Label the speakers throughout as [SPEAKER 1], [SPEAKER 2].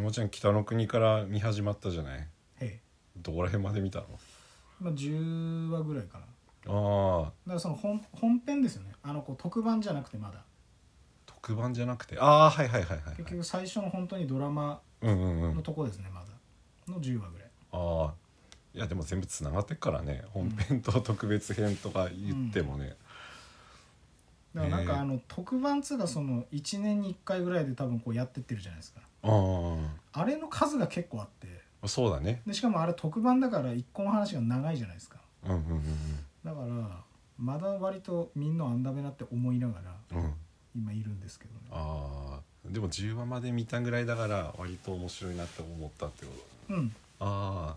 [SPEAKER 1] もちゃん北の国から見始まったじゃない
[SPEAKER 2] ええ
[SPEAKER 1] どこら辺まで見たの
[SPEAKER 2] まあ、10話ぐらいかなだか
[SPEAKER 1] ああ
[SPEAKER 2] らその本本編ですよねあのこう特番じゃなくてまだ
[SPEAKER 1] 特番じゃなくてああはいはいはいはい、
[SPEAKER 2] 結
[SPEAKER 1] はい、
[SPEAKER 2] 局最初の本当にドラマ
[SPEAKER 1] うんうんう
[SPEAKER 2] の
[SPEAKER 1] ん
[SPEAKER 2] とこですねまだの10話ぐらい
[SPEAKER 1] ああいやでも全部つながってっからね本編と特別編とか言ってもね、
[SPEAKER 2] だからなん
[SPEAKER 1] へえ
[SPEAKER 2] かあの特番っつうかその1年に1回ぐらいで多分こうやってってるじゃないですか
[SPEAKER 1] あ
[SPEAKER 2] あれの数が結構あって
[SPEAKER 1] あそうだね
[SPEAKER 2] でしかもあれ特番だから一個の話が長いじゃないですか
[SPEAKER 1] うんうん
[SPEAKER 2] だからまだ割とみんなあんだめなって思いながら
[SPEAKER 1] うんうんうん
[SPEAKER 2] 今いるんですけどね
[SPEAKER 1] ああでも10話まで見たぐらいだから割と面白いなって思ったってこと
[SPEAKER 2] うん
[SPEAKER 1] ああ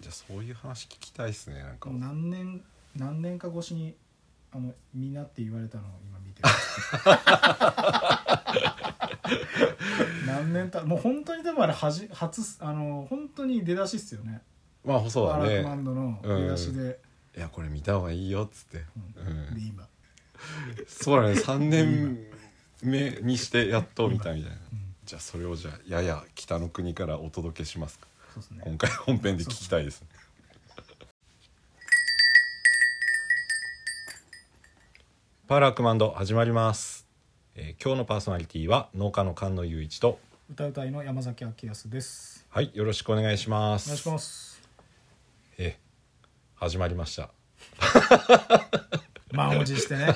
[SPEAKER 1] じゃあそういう話聞きたいっすねなんか
[SPEAKER 2] 何年何年か越しにあの「みんな」って言われたのを今見て る何年たもう本当にでもあれはじ初すあの本当に出だしっすよね
[SPEAKER 1] まあそうだ
[SPEAKER 2] バラ
[SPEAKER 1] ね
[SPEAKER 2] クマンドの出だしで,、
[SPEAKER 1] いやこれ見た方がいいよっつって、
[SPEAKER 2] うん
[SPEAKER 1] うん
[SPEAKER 2] で今、
[SPEAKER 1] そうだね3年目にしてやっと見たみたいな
[SPEAKER 2] うん、
[SPEAKER 1] じゃあそれをじゃあやや北の国からお届けしますか
[SPEAKER 2] そうですね
[SPEAKER 1] 今回本編で聞きたいですね パラークマンド始まります、えー今日のパーソナリティは農家の菅野雄一と
[SPEAKER 2] 歌うたいの山崎明康です
[SPEAKER 1] はいよろしくお願いしま
[SPEAKER 2] お
[SPEAKER 1] す
[SPEAKER 2] 願い します
[SPEAKER 1] ええ始まりました
[SPEAKER 2] 満を持し てね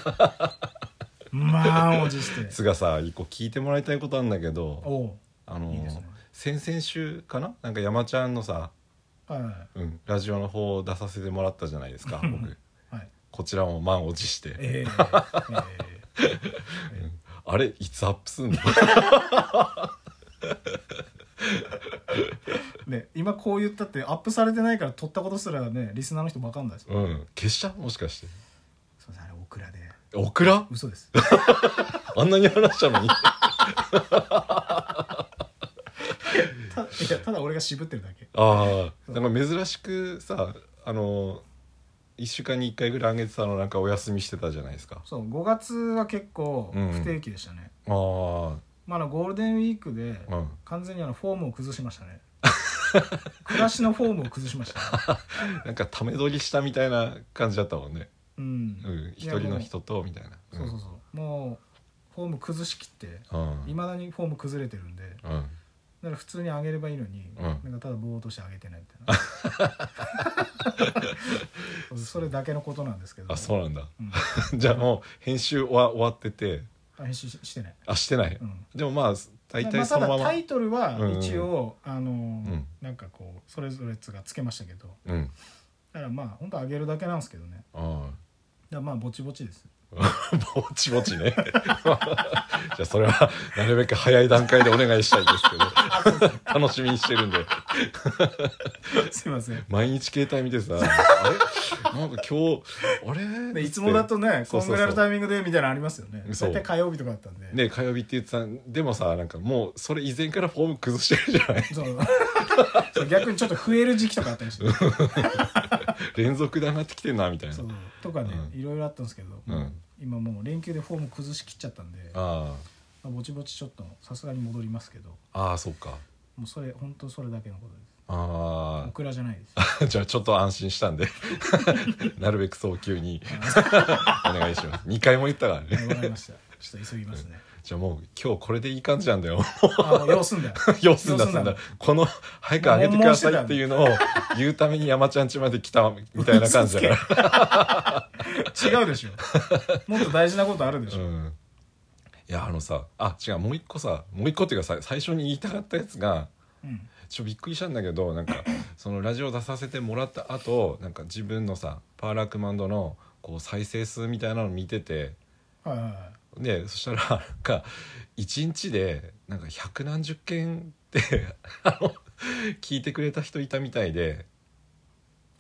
[SPEAKER 2] 満を持して
[SPEAKER 1] つがさ一個聞いてもらいたいことあるんだけど
[SPEAKER 2] おう
[SPEAKER 1] あの
[SPEAKER 2] いいですね
[SPEAKER 1] 先々週かななんか山ちゃんのさ、
[SPEAKER 2] はいはい
[SPEAKER 1] うん、ラジオの方出させてもらったじゃないですか僕
[SPEAKER 2] はい
[SPEAKER 1] こちらも満を持して
[SPEAKER 2] ええーえ
[SPEAKER 1] あれいつアップすんの
[SPEAKER 2] ーね今こう言ったってアップされてないから撮ったことすらねリスナーの人分かんないです
[SPEAKER 1] うん消したもしかして
[SPEAKER 2] すいませんあれオクラで
[SPEAKER 1] オクラ
[SPEAKER 2] 嘘です
[SPEAKER 1] あんなに話したのに
[SPEAKER 2] たいやただ俺が渋ってるだけ
[SPEAKER 1] ああなんか珍しくさあの1週間に1回ぐらいあげてたのなんかお休みしてたじゃないですか
[SPEAKER 2] そう5月は結構
[SPEAKER 1] うん
[SPEAKER 2] 不定期でしたね、
[SPEAKER 1] ああ
[SPEAKER 2] まああのゴールデンウィークで
[SPEAKER 1] うん
[SPEAKER 2] 完全にあのフォームを崩しまし たね暮らしのフォームを崩しましたね、
[SPEAKER 1] なんかため撮りしたみたいな感じだったもんね
[SPEAKER 2] うん
[SPEAKER 1] うん
[SPEAKER 2] い
[SPEAKER 1] 一
[SPEAKER 2] や
[SPEAKER 1] 人の人とみたいな
[SPEAKER 2] もうそうそうそうもうフォーム崩しきって
[SPEAKER 1] うん
[SPEAKER 2] いまだにフォーム崩れてるんでだ
[SPEAKER 1] うん
[SPEAKER 2] から普通に上げればいいのに、
[SPEAKER 1] うん
[SPEAKER 2] なんかただぼーっとして上げてないみたい なそれだけのことなんですけど
[SPEAKER 1] あそうなんだ
[SPEAKER 2] うん
[SPEAKER 1] じゃあもう編集は終わってて
[SPEAKER 2] あ編集ししてない、
[SPEAKER 1] あしてない
[SPEAKER 2] うん
[SPEAKER 1] でもまあ大
[SPEAKER 2] ま
[SPEAKER 1] 体
[SPEAKER 2] あ
[SPEAKER 1] そ
[SPEAKER 2] た
[SPEAKER 1] のま
[SPEAKER 2] だ
[SPEAKER 1] ま
[SPEAKER 2] タイトルは一応、あのー
[SPEAKER 1] ん
[SPEAKER 2] なんかこうそれぞれつがつけましたけど
[SPEAKER 1] うん
[SPEAKER 2] だからまあ本当上げるだけなんですけどねだか
[SPEAKER 1] あ
[SPEAKER 2] らまあぼちぼち です
[SPEAKER 1] あぼちぼちね じゃあそれはなるべく早い段階でお願いしたいんですけ ど楽しみにしてるんで
[SPEAKER 2] すいま せん
[SPEAKER 1] 毎日携帯見てさあれなんか今日あれ
[SPEAKER 2] でいつもだとね
[SPEAKER 1] そ
[SPEAKER 2] こ
[SPEAKER 1] うんそうそう
[SPEAKER 2] ぐらいのタイミングでみたいなのありますよね
[SPEAKER 1] そう
[SPEAKER 2] 大体火曜日とかだったんで、
[SPEAKER 1] ね火曜日って言ってたでもさなんかもうそれ以前からフォーム崩してるじゃない
[SPEAKER 2] そう そう逆にちょっと増える時期とかあったりして
[SPEAKER 1] 連続だなってきてんなみたいな
[SPEAKER 2] そうとかね、
[SPEAKER 1] うん
[SPEAKER 2] いろいろあったんですけど、
[SPEAKER 1] うん
[SPEAKER 2] 今もう連休でフォーム崩しきっちゃったんで
[SPEAKER 1] あ
[SPEAKER 2] まあぼちぼちちょっとさすがに戻りますけど
[SPEAKER 1] あああそうか
[SPEAKER 2] もうそれ本当それだけのことです
[SPEAKER 1] あ
[SPEAKER 2] オクラじゃないです
[SPEAKER 1] あ じゃあちょっと安心したんで なるべく早急に お願いします2回も言ったからね
[SPEAKER 2] はいわかりましたちょっと急ぎ ますね
[SPEAKER 1] じゃあもう今日これでいい感じなんだよ
[SPEAKER 2] あもう様子んだ
[SPEAKER 1] よすんだすんだこの早く上げてください
[SPEAKER 2] もう悶々してたんだ
[SPEAKER 1] っていうのを言うために山ちゃん家まで来たみたいな感じだか
[SPEAKER 2] 違うでしょもっと大事なことあるでし
[SPEAKER 1] ら、う
[SPEAKER 2] ょ、
[SPEAKER 1] ん、いやあのさあ違うもう一個さもう一個っていうかさ最初に言いたかったやつが
[SPEAKER 2] うん
[SPEAKER 1] ちょびっくりしたんだけどなんかそのラジオ出させてもらった後なんか自分のさパーラークマンドのこう再生数みたいなの見てて
[SPEAKER 2] はいはいはい
[SPEAKER 1] でそしたらなんか1日でなんか百何十件って あの聞いてくれた人いたみたいで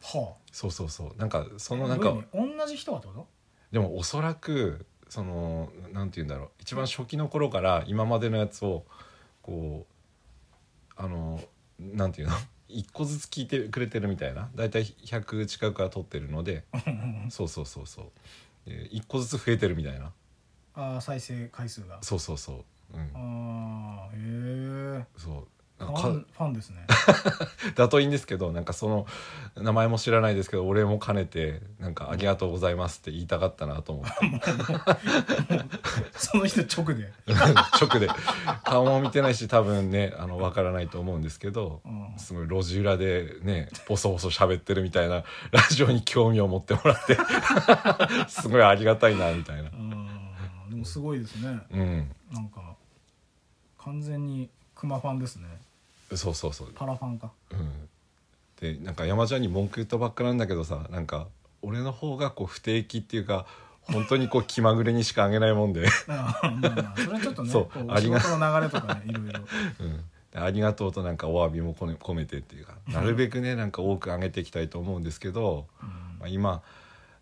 [SPEAKER 2] は
[SPEAKER 1] そうそうそうなんかそ
[SPEAKER 2] あ
[SPEAKER 1] のなんか
[SPEAKER 2] どういう意味同じ人がってこと
[SPEAKER 1] でもおそらくそのなんて言うんだろう一番初期の頃から今までのやつをこうあのなんていうの 一個ずつ聞いてくれてるみたいな大体100近くは撮ってるのでそうそうそうそうで一個ずつ増えてるみたいな
[SPEAKER 2] あー再生回数が
[SPEAKER 1] そうそうそううん
[SPEAKER 2] ああへえ
[SPEAKER 1] そうなん
[SPEAKER 2] フ
[SPEAKER 1] か
[SPEAKER 2] ァンファンですね
[SPEAKER 1] だといいんですけどなんかその名前も知らないですけどお礼も兼ねてなんか「ありがとうございます」って言いたかったなと思って
[SPEAKER 2] その人直で、
[SPEAKER 1] 直で 顔も見てないし多分ねあの分からないと思うんですけど
[SPEAKER 2] うん、
[SPEAKER 1] すごい路地裏でねボソボソ喋ってるみたいなラジオに興味を持ってもらって すごいありがたいなみたいな
[SPEAKER 2] うんでもすごいですね
[SPEAKER 1] うん
[SPEAKER 2] なんか完全にクマファンですね
[SPEAKER 1] そうそうそう
[SPEAKER 2] パラファンか
[SPEAKER 1] うんでなんか山ちゃんに文句言ったばっかなんだけどさなんか俺の方がこう不定期っていうか本当にこう気まぐれにしかあげないもんで、
[SPEAKER 2] まあまあまあそれはちょっとね
[SPEAKER 1] そう
[SPEAKER 2] こう
[SPEAKER 1] ありが
[SPEAKER 2] 仕事の流れとかねいろいろ
[SPEAKER 1] うん、でありがとうとなんかお詫びもこね込めてっていうかなるべくねなんか多くあげていきたいと思うんですけど、
[SPEAKER 2] うん
[SPEAKER 1] まあ、今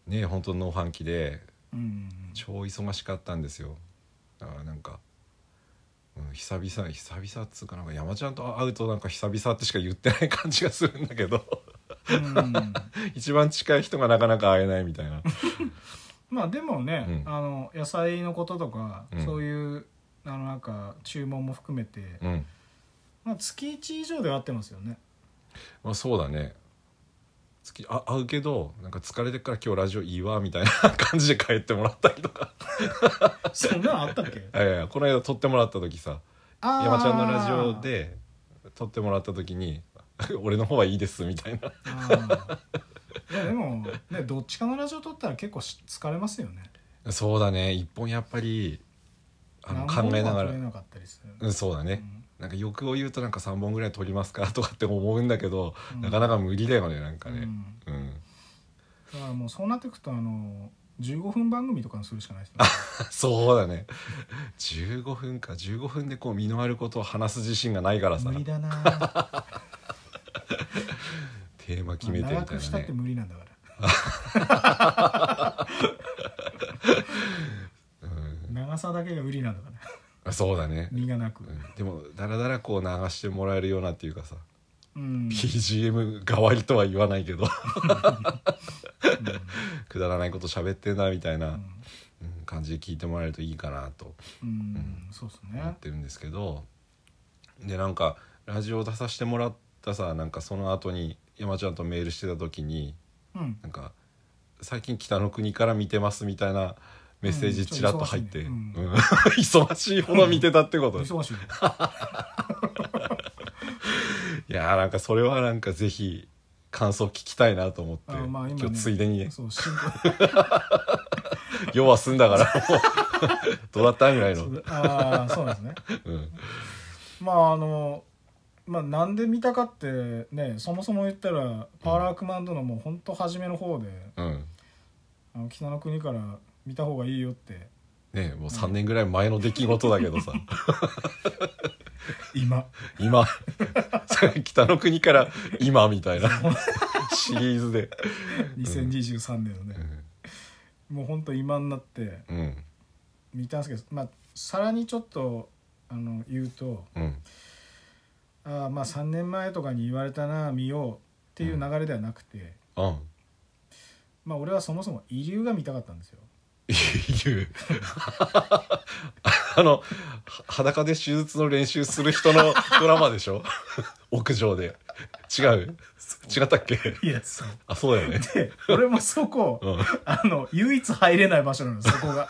[SPEAKER 1] ね本当農飯期で
[SPEAKER 2] うん
[SPEAKER 1] 超忙しかったんですよだからなんか、うん、久々久々っつうかなんか山ちゃんと会うとなんか久々ってしか言ってない感じがするんだけど
[SPEAKER 2] うん
[SPEAKER 1] 一番近い人がなかなか会えないみたい な。
[SPEAKER 2] まあでもね、
[SPEAKER 1] うん
[SPEAKER 2] あの野菜のこととか、
[SPEAKER 1] うん
[SPEAKER 2] そういうあのなんか注文も含めて、
[SPEAKER 1] うん
[SPEAKER 2] まあ、月1以上では合ってますよね
[SPEAKER 1] まあそうだね月あ会うけどなんか疲れてっから今日ラジオいいわみたいな感じで帰ってもらったりとか
[SPEAKER 2] そんなのあったっけ
[SPEAKER 1] いやいやこの間撮ってもらった時さ
[SPEAKER 2] あ ー
[SPEAKER 1] 山ちゃんのラジオで撮ってもらった時に 「俺の方はいいです」みたいな
[SPEAKER 2] あーいやでも、ね、どっちかのラジオ撮ったら結構し疲れますよね
[SPEAKER 1] そうだね一本やっぱりあの
[SPEAKER 2] 何本
[SPEAKER 1] 考
[SPEAKER 2] も
[SPEAKER 1] えなが
[SPEAKER 2] 撮れ
[SPEAKER 1] ら
[SPEAKER 2] なかったりする
[SPEAKER 1] うんそうだねなんか欲を言うとなんか3本ぐらい撮りますかとかって思うんだけど、
[SPEAKER 2] うん
[SPEAKER 1] なかなか無理だよねなんか
[SPEAKER 2] う
[SPEAKER 1] ね
[SPEAKER 2] ん
[SPEAKER 1] うん、
[SPEAKER 2] だからもうそうなってくとあの15分番組とかにするしかないですね
[SPEAKER 1] そうだね15分か15分でこう身のあることを話す自信がないからさ
[SPEAKER 2] 無理だなぁ
[SPEAKER 1] テーマ決めてみ
[SPEAKER 2] 長
[SPEAKER 1] たい
[SPEAKER 2] くし
[SPEAKER 1] な
[SPEAKER 2] たって
[SPEAKER 1] ね
[SPEAKER 2] 無理なんだから
[SPEAKER 1] うん
[SPEAKER 2] 長さだけが無理なんだから
[SPEAKER 1] あそうだね、
[SPEAKER 2] 身がなく
[SPEAKER 1] うんでもだらだらこう流してもらえるようなっていうかさ
[SPEAKER 2] うん、うん
[SPEAKER 1] BGM 代わりとは言わないけどくだらないこと喋ってんなみたいな、うん感じで聞いてもらえるといいかなと
[SPEAKER 2] うんそうです
[SPEAKER 1] 思
[SPEAKER 2] ね
[SPEAKER 1] ってるんですけどでなんかラジオ出させてもらったさなんかその後に山ちゃんとメールしてた時に
[SPEAKER 2] うん
[SPEAKER 1] なんか最近北の国から見てますみたいなメッセージちらっと入って、
[SPEAKER 2] う
[SPEAKER 1] うんん
[SPEAKER 2] ちょ
[SPEAKER 1] 忙しいほど見てたってこと、 い
[SPEAKER 2] 忙しいよ
[SPEAKER 1] やーなんかそれはなんかぜひ感想聞きたいなと思って、
[SPEAKER 2] あまあ今ね
[SPEAKER 1] 今日ついでにね
[SPEAKER 2] そうし
[SPEAKER 1] 要は済んだから もうどうだったぐらいの、うん
[SPEAKER 2] ああそうなんですねまああのまあなんで見たかってねそもそも言ったらパーラークマンドのもうほんと初めの方で、
[SPEAKER 1] うん、
[SPEAKER 2] あの北の国から見た方がいいよって
[SPEAKER 1] ねもう3年ぐらい前の出来事だけどさ
[SPEAKER 2] 今
[SPEAKER 1] 今それ北の国から今みたいなシリーズで、
[SPEAKER 2] 2023年のね、もうほんと今になって
[SPEAKER 1] うんうん
[SPEAKER 2] 見たんですけど、まあ、さらにちょっとあの言うと
[SPEAKER 1] うん、
[SPEAKER 2] ああまあ3年前とかに言われたな見ようっていう流れではなくて、
[SPEAKER 1] うん
[SPEAKER 2] まあ俺はそもそも遺留が見たかったんですよ
[SPEAKER 1] いう あのは裸で手術の練習する人のドラマでしょ屋上で違う違ったっけ
[SPEAKER 2] いやそう
[SPEAKER 1] あそうだよね
[SPEAKER 2] で俺もそこ
[SPEAKER 1] うん
[SPEAKER 2] あの唯一入れない場所なのそこ が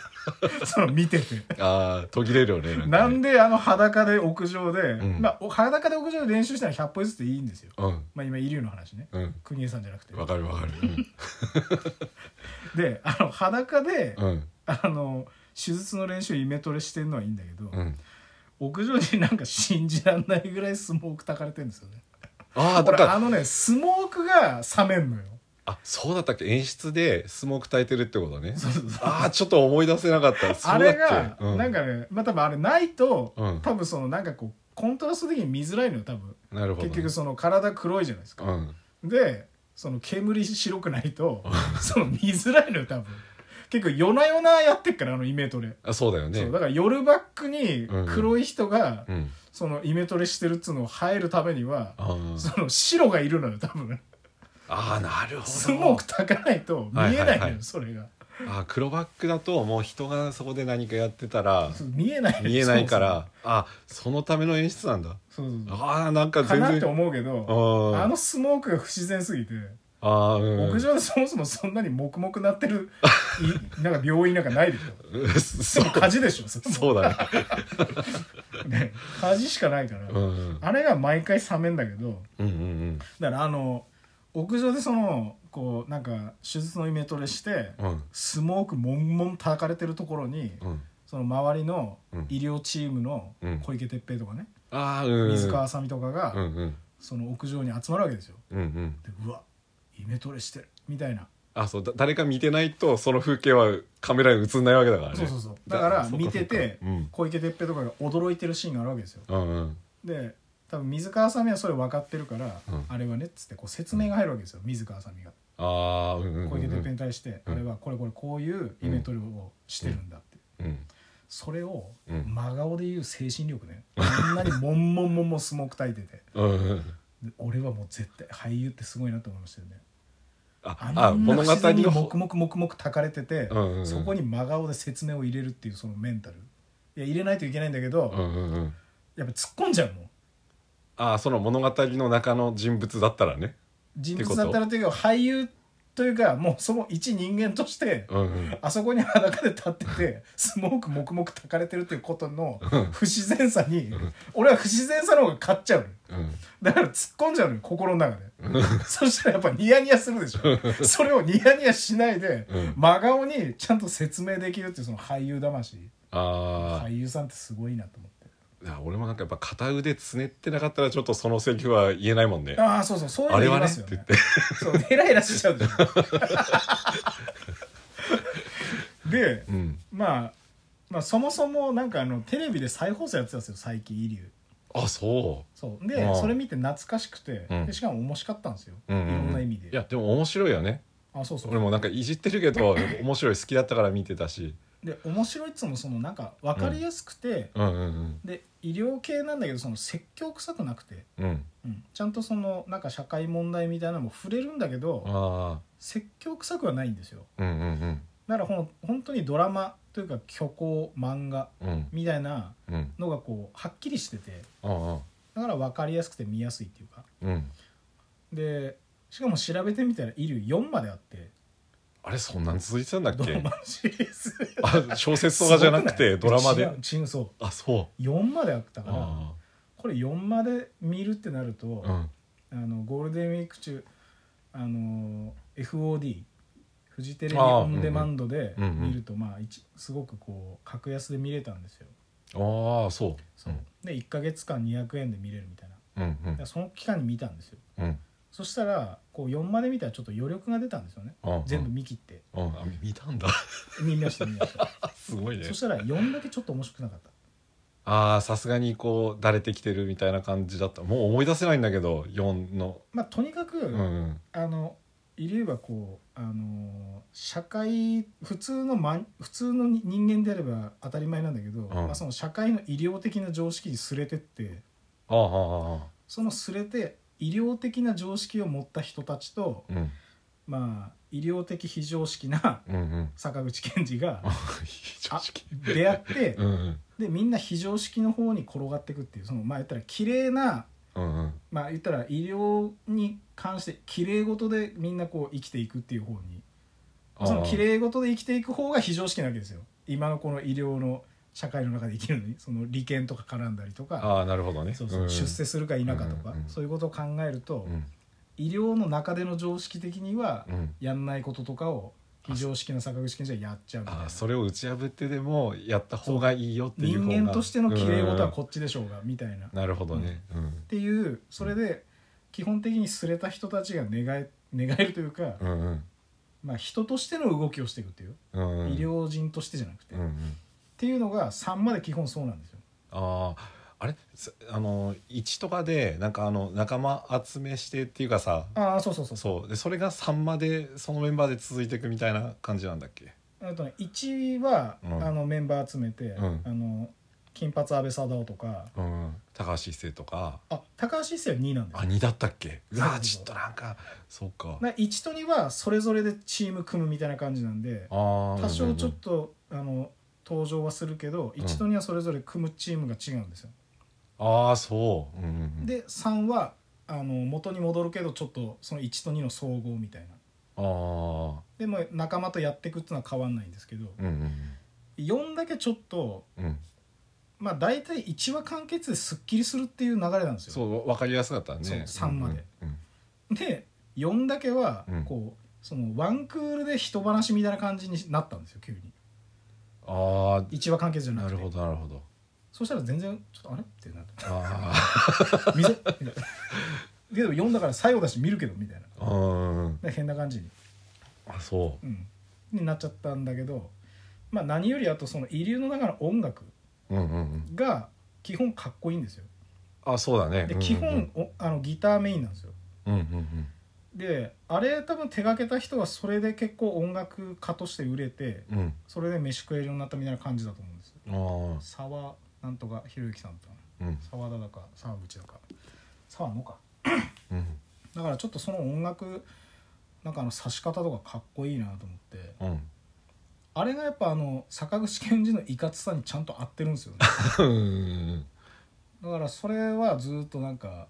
[SPEAKER 2] その見てて
[SPEAKER 1] ああ途切れるよね
[SPEAKER 2] な
[SPEAKER 1] か
[SPEAKER 2] ん
[SPEAKER 1] ね
[SPEAKER 2] であの裸で屋上で、
[SPEAKER 1] ん
[SPEAKER 2] まあお裸で屋上で練習したら100歩ずつでいいんですよ
[SPEAKER 1] うん
[SPEAKER 2] まあ今遺留の話ね
[SPEAKER 1] うん
[SPEAKER 2] 国枝さんじゃなくて
[SPEAKER 1] わかるわかる
[SPEAKER 2] であの裸で、
[SPEAKER 1] うんうん
[SPEAKER 2] あの手術の練習イメトレしてんのはいいんだけど、
[SPEAKER 1] うん
[SPEAKER 2] 屋上になんか信じらんないぐらいスモークたかれてるんですよね
[SPEAKER 1] ああだ
[SPEAKER 2] 俺
[SPEAKER 1] から
[SPEAKER 2] あのねスモークが冷めんのよ
[SPEAKER 1] あそうだったっけ演出でスモーク焚いてるってことね
[SPEAKER 2] そうそうそう
[SPEAKER 1] ああちょっと思い出せなかった
[SPEAKER 2] あ
[SPEAKER 1] そうだっ
[SPEAKER 2] れ
[SPEAKER 1] け
[SPEAKER 2] が
[SPEAKER 1] う
[SPEAKER 2] なんかね、まあ多分あれないと、
[SPEAKER 1] うん
[SPEAKER 2] 多分そのなんかこうコントラスト的に見づらいのよ多分
[SPEAKER 1] なるほど
[SPEAKER 2] 結局その体黒いじゃないですか、
[SPEAKER 1] うん
[SPEAKER 2] でその煙白くない とその見づらいのよ多分結構夜な夜なやってっからあのイメトレ、
[SPEAKER 1] あそうだよね
[SPEAKER 2] そうだから夜バックに黒い人が、
[SPEAKER 1] うん
[SPEAKER 2] そのイメトレしてるっつうのを入るためには、
[SPEAKER 1] あー
[SPEAKER 2] その白がいるのよ多分
[SPEAKER 1] あーなるほど
[SPEAKER 2] スモークたかないと見えないのよ、
[SPEAKER 1] はいはいはい
[SPEAKER 2] それが
[SPEAKER 1] あ黒バックだともう人がそこで何かやってたら
[SPEAKER 2] 見えない
[SPEAKER 1] 見えないからあそのための演出なんだ
[SPEAKER 2] そうそうそう
[SPEAKER 1] あーなんか
[SPEAKER 2] か
[SPEAKER 1] 全
[SPEAKER 2] なって
[SPEAKER 1] 然
[SPEAKER 2] 思うけどあ
[SPEAKER 1] あ
[SPEAKER 2] のスモークが不自然すぎて、
[SPEAKER 1] あーうん
[SPEAKER 2] 屋上でそもそもそんなに黙々なってるい なんか病院なんかないでしょ
[SPEAKER 1] うん そ
[SPEAKER 2] で
[SPEAKER 1] う
[SPEAKER 2] も 火事でしょそれ
[SPEAKER 1] そうだね
[SPEAKER 2] ね火事しかないから、
[SPEAKER 1] うんうん
[SPEAKER 2] あれが毎回冷めんだけど
[SPEAKER 1] うんうん
[SPEAKER 2] だからあの屋上でそのこうなんか手術のイメトレして
[SPEAKER 1] うんうん
[SPEAKER 2] スモークもんもんたかれてるところに
[SPEAKER 1] うん
[SPEAKER 2] その周りの
[SPEAKER 1] うん
[SPEAKER 2] 医療チームの
[SPEAKER 1] うん
[SPEAKER 2] 小池徹平とかね、
[SPEAKER 1] ああうん
[SPEAKER 2] 水川あさみとか
[SPEAKER 1] うん
[SPEAKER 2] が
[SPEAKER 1] うん
[SPEAKER 2] その屋上に集まるわけですよ
[SPEAKER 1] うんうん
[SPEAKER 2] でうわイメトレしてるみたいな
[SPEAKER 1] あそうだ誰か見てないとその風景はカメラに映んないわけだからね
[SPEAKER 2] そうそうそうだから
[SPEAKER 1] そう
[SPEAKER 2] 見てて
[SPEAKER 1] そうかうん
[SPEAKER 2] 小池徹平とかが驚いてるシーンがあるわけですよ
[SPEAKER 1] うんうん
[SPEAKER 2] で多分水川あさみはそれ分かってるから、
[SPEAKER 1] うん
[SPEAKER 2] あれはねっつってこう説明が入るわけですよ水川あさみが
[SPEAKER 1] ああうんうんうん
[SPEAKER 2] 小池徹平に対して、
[SPEAKER 1] うん
[SPEAKER 2] あれはこれこれこういうイメトレをしてるんだって、
[SPEAKER 1] うん
[SPEAKER 2] それを
[SPEAKER 1] うん
[SPEAKER 2] 真顔で言う精神力ねあんなにもんもんもんもんスモーク焚いてて
[SPEAKER 1] うんうん
[SPEAKER 2] で俺はもう絶対俳優ってすごいなと思いましたよね
[SPEAKER 1] あ
[SPEAKER 2] あん
[SPEAKER 1] あ
[SPEAKER 2] な
[SPEAKER 1] 物
[SPEAKER 2] 不
[SPEAKER 1] 語
[SPEAKER 2] 自然に
[SPEAKER 1] を
[SPEAKER 2] 黙々黙々炊かれてて、
[SPEAKER 1] うんうんうん
[SPEAKER 2] そこに真顔で説明を入れるっていうそのメンタルいや入れないといけないんだけど、
[SPEAKER 1] うんうんうん
[SPEAKER 2] やっぱ突っ込んじゃうもん
[SPEAKER 1] ああその物語の中の人物だったらね
[SPEAKER 2] 人
[SPEAKER 1] ってこ
[SPEAKER 2] 物
[SPEAKER 1] と
[SPEAKER 2] だったらというか俳優というかもうその一人間として、
[SPEAKER 1] うんうん
[SPEAKER 2] あそこに裸で立っててスモーク黙々炊かれてるっていうことの不自然さに、俺は不自然さの方が勝っちゃうのよ
[SPEAKER 1] うん
[SPEAKER 2] だから突っ込んじゃうのよ心の中でそしたらやっぱニヤニヤするでしょそれをニヤニヤしないで、
[SPEAKER 1] うん
[SPEAKER 2] 真顔にちゃんと説明できるっていうその俳優魂
[SPEAKER 1] ああ
[SPEAKER 2] 俳優さんってすごいなと思って
[SPEAKER 1] いや俺もなんかやっぱ片腕つねってなかったらちょっとそのセリフは言えないもんね
[SPEAKER 2] ああそうそうそういうの
[SPEAKER 1] あれ
[SPEAKER 2] 言い
[SPEAKER 1] はね
[SPEAKER 2] ま
[SPEAKER 1] っ
[SPEAKER 2] す
[SPEAKER 1] て
[SPEAKER 2] よね
[SPEAKER 1] 言って
[SPEAKER 2] そうヘラヘラしちゃ うでしょで、
[SPEAKER 1] うん
[SPEAKER 2] まあまあそもそもなんかあのテレビで再放送やってたんですよ最近イリュウ
[SPEAKER 1] あそ
[SPEAKER 2] そうで、
[SPEAKER 1] うん
[SPEAKER 2] それ見て懐かしくて、
[SPEAKER 1] うん
[SPEAKER 2] でしかも面白かったんですよ、
[SPEAKER 1] ううん
[SPEAKER 2] いろん
[SPEAKER 1] う
[SPEAKER 2] な意
[SPEAKER 1] ん
[SPEAKER 2] 味
[SPEAKER 1] い
[SPEAKER 2] で
[SPEAKER 1] やでも面白いよね
[SPEAKER 2] あそうそう
[SPEAKER 1] 俺もなんかいじってるけど面白い好きだったから見てたし
[SPEAKER 2] で面白いっつうのもそのなんか分かりやすくて、
[SPEAKER 1] うんうん
[SPEAKER 2] で医療系なんだけどその説教臭くなくて、
[SPEAKER 1] うんうん
[SPEAKER 2] うん、ちゃんとそのなんか社会問題みたいなのも触れるんだけど、
[SPEAKER 1] あ
[SPEAKER 2] 説教臭くはないんですよ
[SPEAKER 1] あうんうん
[SPEAKER 2] だからほん本当にドラマというか虚構漫画
[SPEAKER 1] うんうん
[SPEAKER 2] みたいな
[SPEAKER 1] うん
[SPEAKER 2] のがこうはっきりしてて
[SPEAKER 1] あ
[SPEAKER 2] だから分かりやすくて見やすいっていうか
[SPEAKER 1] あうん
[SPEAKER 2] でしかも調べてみたら「イリュー4まであって
[SPEAKER 1] あれそんなん続いてたんだっ
[SPEAKER 2] ドラ
[SPEAKER 1] け
[SPEAKER 2] マシリー ズ
[SPEAKER 1] あ小説とかじゃなくて
[SPEAKER 2] すご
[SPEAKER 1] ドラマで
[SPEAKER 2] 違う違うそ
[SPEAKER 1] あそう
[SPEAKER 2] う4まであったから
[SPEAKER 1] あ
[SPEAKER 2] これ4まで見るってなると、
[SPEAKER 1] あ
[SPEAKER 2] あのゴールデンウィーク中あの FOD フジテレビ
[SPEAKER 1] あー
[SPEAKER 2] オンデマンドで
[SPEAKER 1] うんうん
[SPEAKER 2] 見るとまあ一すごくこう格安で見れたんですよ
[SPEAKER 1] うんああそう
[SPEAKER 2] そうで1か月間200円で見れるみたいなだ
[SPEAKER 1] うんう
[SPEAKER 2] か
[SPEAKER 1] ん
[SPEAKER 2] らその期間に見たんですよ
[SPEAKER 1] うん
[SPEAKER 2] そしたらこう4まで見たらちょっと余力が出たんですよね
[SPEAKER 1] うん
[SPEAKER 2] 全部見切って
[SPEAKER 1] うんあ見たんだ
[SPEAKER 2] 見ました見ました
[SPEAKER 1] すごいね
[SPEAKER 2] そしたら4だけちょっと面白くなかった
[SPEAKER 1] ああさすがにこうだれてきてるみたいな感じだったもう思い出せないんだけど4の
[SPEAKER 2] まあとにかく、
[SPEAKER 1] うんうん
[SPEAKER 2] あのイリュウはこうあの社会普通の、ま、普通の人間であれば当たり前なんだけど、
[SPEAKER 1] ん
[SPEAKER 2] まあ、その社会の医療的な常識にすれてって
[SPEAKER 1] あああああ
[SPEAKER 2] そのすれて医療的な常識を持った人たちと、
[SPEAKER 1] あうん
[SPEAKER 2] まあ医療的非常識な
[SPEAKER 1] うんうん
[SPEAKER 2] 坂口健二が
[SPEAKER 1] あ正直
[SPEAKER 2] 出会って
[SPEAKER 1] うんうん
[SPEAKER 2] でみんな非常識の方に転がっていくっていうそのまあ言ったら綺麗な
[SPEAKER 1] うんうん
[SPEAKER 2] まあ言ったら医療に関して綺麗事でみんなこう生きていくっていう方に
[SPEAKER 1] ああ
[SPEAKER 2] その綺麗事で生きていく方が非常識なわけですよ今のこの医療の社会の中で生きるのにその利権とか絡んだりとか
[SPEAKER 1] ああなるほどね
[SPEAKER 2] そうそう、
[SPEAKER 1] んん
[SPEAKER 2] 出世するか否かと
[SPEAKER 1] う
[SPEAKER 2] か、
[SPEAKER 1] んうんうん
[SPEAKER 2] そういうことを考えると、
[SPEAKER 1] うん
[SPEAKER 2] 医療の中での常識的には
[SPEAKER 1] うん
[SPEAKER 2] やんないこととかを非常識な坂口健二はやっちゃうみたい
[SPEAKER 1] あ
[SPEAKER 2] な
[SPEAKER 1] あそれを打ち破ってでもやった方がいいよっていう方が
[SPEAKER 2] 人間としての綺麗事は
[SPEAKER 1] うん
[SPEAKER 2] こっちでしょうがみたいなっ
[SPEAKER 1] なるほどねうん
[SPEAKER 2] ていうそれで基本的にすれた人たちが願え願えるというか、
[SPEAKER 1] うんうん
[SPEAKER 2] まあ、人としての動きをしていくっていう、
[SPEAKER 1] うんうん
[SPEAKER 2] 医療人としてじゃなくて、
[SPEAKER 1] うん
[SPEAKER 2] っ
[SPEAKER 1] うん
[SPEAKER 2] ていうのが3まで基本そうなんですよ
[SPEAKER 1] あああれすあの1とかでなんかあの仲間集めしてっていうかさ
[SPEAKER 2] ああそうそうそうそう
[SPEAKER 1] そうでそれが3までそのメンバーで続いていくみたいな感じなんだっけ
[SPEAKER 2] あとね1は、
[SPEAKER 1] うん
[SPEAKER 2] あのメンバー集めて、
[SPEAKER 1] うん
[SPEAKER 2] あの金髪安倍貞夫とか
[SPEAKER 1] うん、高橋一生とか
[SPEAKER 2] あ高橋一生は2なんだ
[SPEAKER 1] あ
[SPEAKER 2] よ
[SPEAKER 1] 2だったっけう
[SPEAKER 2] そ
[SPEAKER 1] わ
[SPEAKER 2] う
[SPEAKER 1] ち
[SPEAKER 2] そ
[SPEAKER 1] ょっ
[SPEAKER 2] う
[SPEAKER 1] となんかそうか
[SPEAKER 2] な1と2はそれぞれでチーム組むみたいな感じなんで
[SPEAKER 1] あー
[SPEAKER 2] 多
[SPEAKER 1] うんう
[SPEAKER 2] 少
[SPEAKER 1] ん
[SPEAKER 2] ちょっと、あの登場はするけど1と2はそれぞれ組むチームが違うんですよ、
[SPEAKER 1] ああそう、うんうんうん、
[SPEAKER 2] で3はあの元に戻るけどちょっとその1と2の総合みたいな
[SPEAKER 1] ああ
[SPEAKER 2] でも仲間とやっていくっていうのは変わんないんですけど
[SPEAKER 1] うんうん
[SPEAKER 2] 4だけちょっと
[SPEAKER 1] うんうん
[SPEAKER 2] まあ大体1話完結ですっきりするっていう流れなんです
[SPEAKER 1] そ
[SPEAKER 2] よ
[SPEAKER 1] うわかりやすかったね
[SPEAKER 2] そう三まで
[SPEAKER 1] うんうん
[SPEAKER 2] で4だけは
[SPEAKER 1] うん
[SPEAKER 2] こう、そのワンクールで人話みたいな感じになったんですよ急に
[SPEAKER 1] うんあ
[SPEAKER 2] 1話完結じゃ
[SPEAKER 1] あ
[SPEAKER 2] な
[SPEAKER 1] な
[SPEAKER 2] くて
[SPEAKER 1] るほどなるほど
[SPEAKER 2] そしたら全然ちょっとあれってなって
[SPEAKER 1] あ
[SPEAKER 2] 見せけど4だから最後だし見るけどみたいな
[SPEAKER 1] あうんうんうん
[SPEAKER 2] で変な感じに、
[SPEAKER 1] あそ
[SPEAKER 2] うん、になっちゃったんだけど、まあ、何よりあとその遺留の中の音楽
[SPEAKER 1] ううんうんうん
[SPEAKER 2] が基本かっこいいんですよ
[SPEAKER 1] あそうだね
[SPEAKER 2] で
[SPEAKER 1] うんうん
[SPEAKER 2] 基本おあのギターメインなんですよ
[SPEAKER 1] うんうんうん
[SPEAKER 2] であれ多分手がけた人はそれで結構音楽家として売れて
[SPEAKER 1] うん
[SPEAKER 2] それで飯食えるようになったみたいな感じだと思うんです
[SPEAKER 1] あー
[SPEAKER 2] 沢なんとかひろゆきさんと
[SPEAKER 1] うん
[SPEAKER 2] 沢田だか沢口だか沢野か
[SPEAKER 1] うん
[SPEAKER 2] だからちょっとその音楽なんかあの指し方とかかっこいいなと思って
[SPEAKER 1] うん
[SPEAKER 2] あれがやっぱあの坂口健二のいかつさにちゃんと合ってるんですよね
[SPEAKER 1] うん
[SPEAKER 2] だからそれはずっとなんか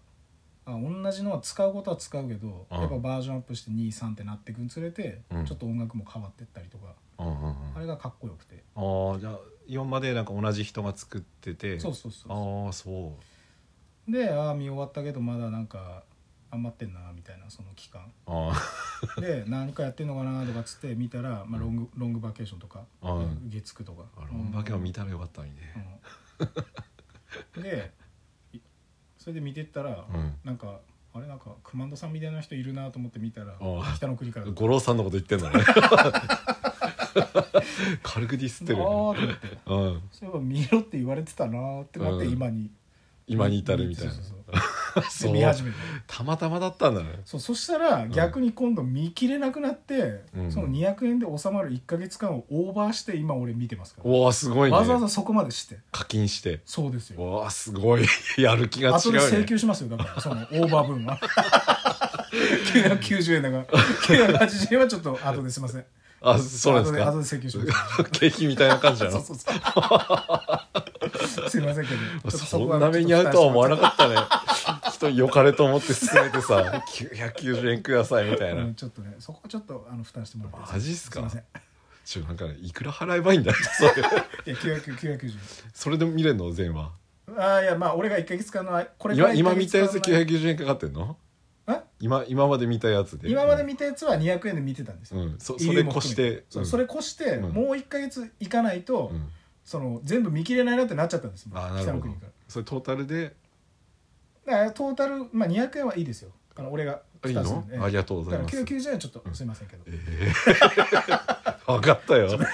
[SPEAKER 2] あ同じのは使うことは使うけど、
[SPEAKER 1] うん
[SPEAKER 2] やっぱバージョンアップして23ってなっていくにつれて、
[SPEAKER 1] うん
[SPEAKER 2] ちょっと音楽も変わってったりとか
[SPEAKER 1] うんうん
[SPEAKER 2] あれがかっこよくて、
[SPEAKER 1] ああじゃあ4までなんか同じ人が作ってて
[SPEAKER 2] そうそうそうそ
[SPEAKER 1] ああそう
[SPEAKER 2] うでああ見終わったけどまだなんか余ってんなみたいなその 期間
[SPEAKER 1] あ
[SPEAKER 2] で何かやってんのかなとかっつって見たら、まあ、ロングロングバケーションとか、
[SPEAKER 1] ああ
[SPEAKER 2] 月9とか
[SPEAKER 1] あロンバケを見たらよかったのにね
[SPEAKER 2] うんでいそれで見てったら、
[SPEAKER 1] うん
[SPEAKER 2] なんかあれなんか熊田さんみたいな人いるなと思って見たら
[SPEAKER 1] あ
[SPEAKER 2] 北の国からだった
[SPEAKER 1] 五郎さんのこと言ってんの ね軽くディスって
[SPEAKER 2] あー
[SPEAKER 1] る
[SPEAKER 2] と思
[SPEAKER 1] う
[SPEAKER 2] って
[SPEAKER 1] ん
[SPEAKER 2] そういえば見ろって言われてたなーって思って
[SPEAKER 1] うん
[SPEAKER 2] 今に、
[SPEAKER 1] 今に至るみたいな
[SPEAKER 2] そうそうそうで
[SPEAKER 1] そう
[SPEAKER 2] 見始めた
[SPEAKER 1] たまたまだったんだね
[SPEAKER 2] そうそしたら逆に今度見切れなくなって、
[SPEAKER 1] うん
[SPEAKER 2] その200円で収まる1か月間をオーバーして今俺見てますから、
[SPEAKER 1] おおすごいね
[SPEAKER 2] わざわざそこまでして
[SPEAKER 1] 課金して
[SPEAKER 2] そうですよ
[SPEAKER 1] わあすごい やる気が違
[SPEAKER 2] 後
[SPEAKER 1] う
[SPEAKER 2] で
[SPEAKER 1] ね
[SPEAKER 2] 請求しますよだからそのオーバー分は990円だから980円はちょっと後ですいません
[SPEAKER 1] あそうなんです
[SPEAKER 2] 後で後
[SPEAKER 1] か
[SPEAKER 2] で請求します
[SPEAKER 1] 景品みたいな感じな
[SPEAKER 2] そう
[SPEAKER 1] の
[SPEAKER 2] そうそう すいませんけどちょっと
[SPEAKER 1] そ
[SPEAKER 2] こは
[SPEAKER 1] んな目に遭うとは思わな
[SPEAKER 2] ち
[SPEAKER 1] かったね人良かれと思って勧めてさ990円くださいみたい
[SPEAKER 2] ょっと
[SPEAKER 1] な
[SPEAKER 2] うんちょっとねそこはちょっとあの負担してもらっていいですか
[SPEAKER 1] マジっすか
[SPEAKER 2] いません
[SPEAKER 1] ちょなんかいくら払えばいいんだよそれ
[SPEAKER 2] いや900 990
[SPEAKER 1] それでも見れるの全話
[SPEAKER 2] 円ああいやまあ俺が1か月間のあこれから
[SPEAKER 1] 今今見たやつ990円かかってんの
[SPEAKER 2] え
[SPEAKER 1] 今今まで見たやつで
[SPEAKER 2] 今まで見たやつは200円で見てたんです
[SPEAKER 1] う
[SPEAKER 2] よ、
[SPEAKER 1] んそそ
[SPEAKER 2] 入
[SPEAKER 1] れ
[SPEAKER 2] りも
[SPEAKER 1] 越
[SPEAKER 2] 含
[SPEAKER 1] し
[SPEAKER 2] め
[SPEAKER 1] て
[SPEAKER 2] そううんそれ越して
[SPEAKER 1] うん
[SPEAKER 2] もう1か月いかないと、
[SPEAKER 1] うん
[SPEAKER 2] その全部見切れないなってなっちゃったんですもん
[SPEAKER 1] あーな
[SPEAKER 2] 北
[SPEAKER 1] るほ
[SPEAKER 2] の
[SPEAKER 1] ど
[SPEAKER 2] 国から
[SPEAKER 1] それトータルで
[SPEAKER 2] だからトータル、まあ、200円はいいですよあの俺が
[SPEAKER 1] あいいのありがとうございます
[SPEAKER 2] だから990円はちょっとすいませんけど、
[SPEAKER 1] 分かった よ
[SPEAKER 2] 分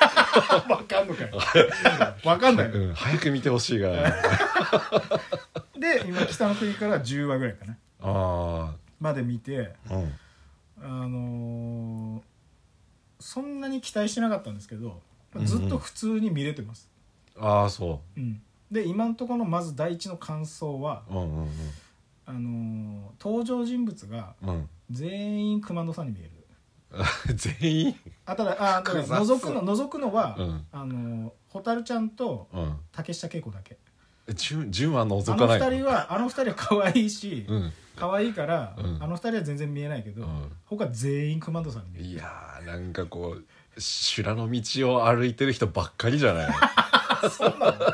[SPEAKER 2] かんのか よ分かんないよ
[SPEAKER 1] うん早く見てほしいが
[SPEAKER 2] で今北の国から10話ぐらいかな
[SPEAKER 1] あ
[SPEAKER 2] まで見て
[SPEAKER 1] あうん
[SPEAKER 2] あのーそんなに期待してなかったんですけどまあずっと普通に見れてます、
[SPEAKER 1] ああそ
[SPEAKER 2] うんで今のところのまず第一の感想は
[SPEAKER 1] ううんうん
[SPEAKER 2] あのー登場人物が
[SPEAKER 1] うんうん
[SPEAKER 2] 全員熊野さんに見える
[SPEAKER 1] あ 全員
[SPEAKER 2] あただあだか ら
[SPEAKER 1] 複雑
[SPEAKER 2] 覗くの覗くのは、
[SPEAKER 1] うん
[SPEAKER 2] あのー蛍ちゃんと
[SPEAKER 1] うん
[SPEAKER 2] 竹下恵子だけ
[SPEAKER 1] 10, 10は
[SPEAKER 2] あ
[SPEAKER 1] 覗
[SPEAKER 2] の
[SPEAKER 1] かない
[SPEAKER 2] 二人はあの二人は可愛いし、
[SPEAKER 1] うん
[SPEAKER 2] 可愛いから、
[SPEAKER 1] うん
[SPEAKER 2] あの二人は全然見えないけど、
[SPEAKER 1] うん
[SPEAKER 2] 他全員熊野さんに見える
[SPEAKER 1] いやーなんかこう修羅の道を歩いてる人ばっかりじゃ ない
[SPEAKER 2] そんなのど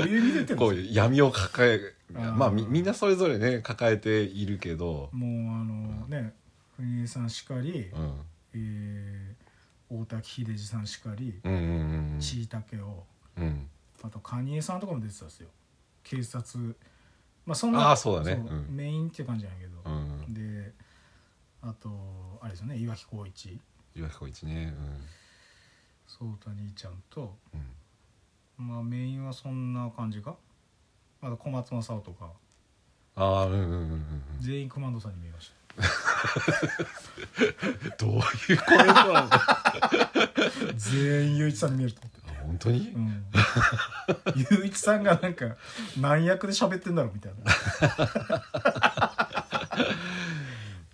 [SPEAKER 2] ういう意味で言ってん
[SPEAKER 1] こ
[SPEAKER 2] の
[SPEAKER 1] う闇を抱え
[SPEAKER 2] あー
[SPEAKER 1] まあみみんなそれぞれね抱えているけど、
[SPEAKER 2] もうあのね国枝さんしかり、
[SPEAKER 1] うん、
[SPEAKER 2] えー大滝秀治さんしかり、
[SPEAKER 1] うんうんうん
[SPEAKER 2] ちいたけを
[SPEAKER 1] うんうん
[SPEAKER 2] あと蟹江さんとかも出てたんですよ警察まあそん
[SPEAKER 1] あ
[SPEAKER 2] な
[SPEAKER 1] ーそうだねうん
[SPEAKER 2] メインっていう感じなんやけど
[SPEAKER 1] う、ん
[SPEAKER 2] であとあれですよね岩城浩一
[SPEAKER 1] 岩城浩一ね
[SPEAKER 2] そうた兄ちゃんと
[SPEAKER 1] うん、うん、
[SPEAKER 2] まあメインはそんな感じかあと小松政夫とか
[SPEAKER 1] ああうんうんうんうん
[SPEAKER 2] 全員熊野さんに見えました
[SPEAKER 1] どういうコメントなの
[SPEAKER 2] 全員雄一さんに見えると思って
[SPEAKER 1] 本本当に
[SPEAKER 2] う、ん雄一さんがなんか何役で喋ってんだろうみたいな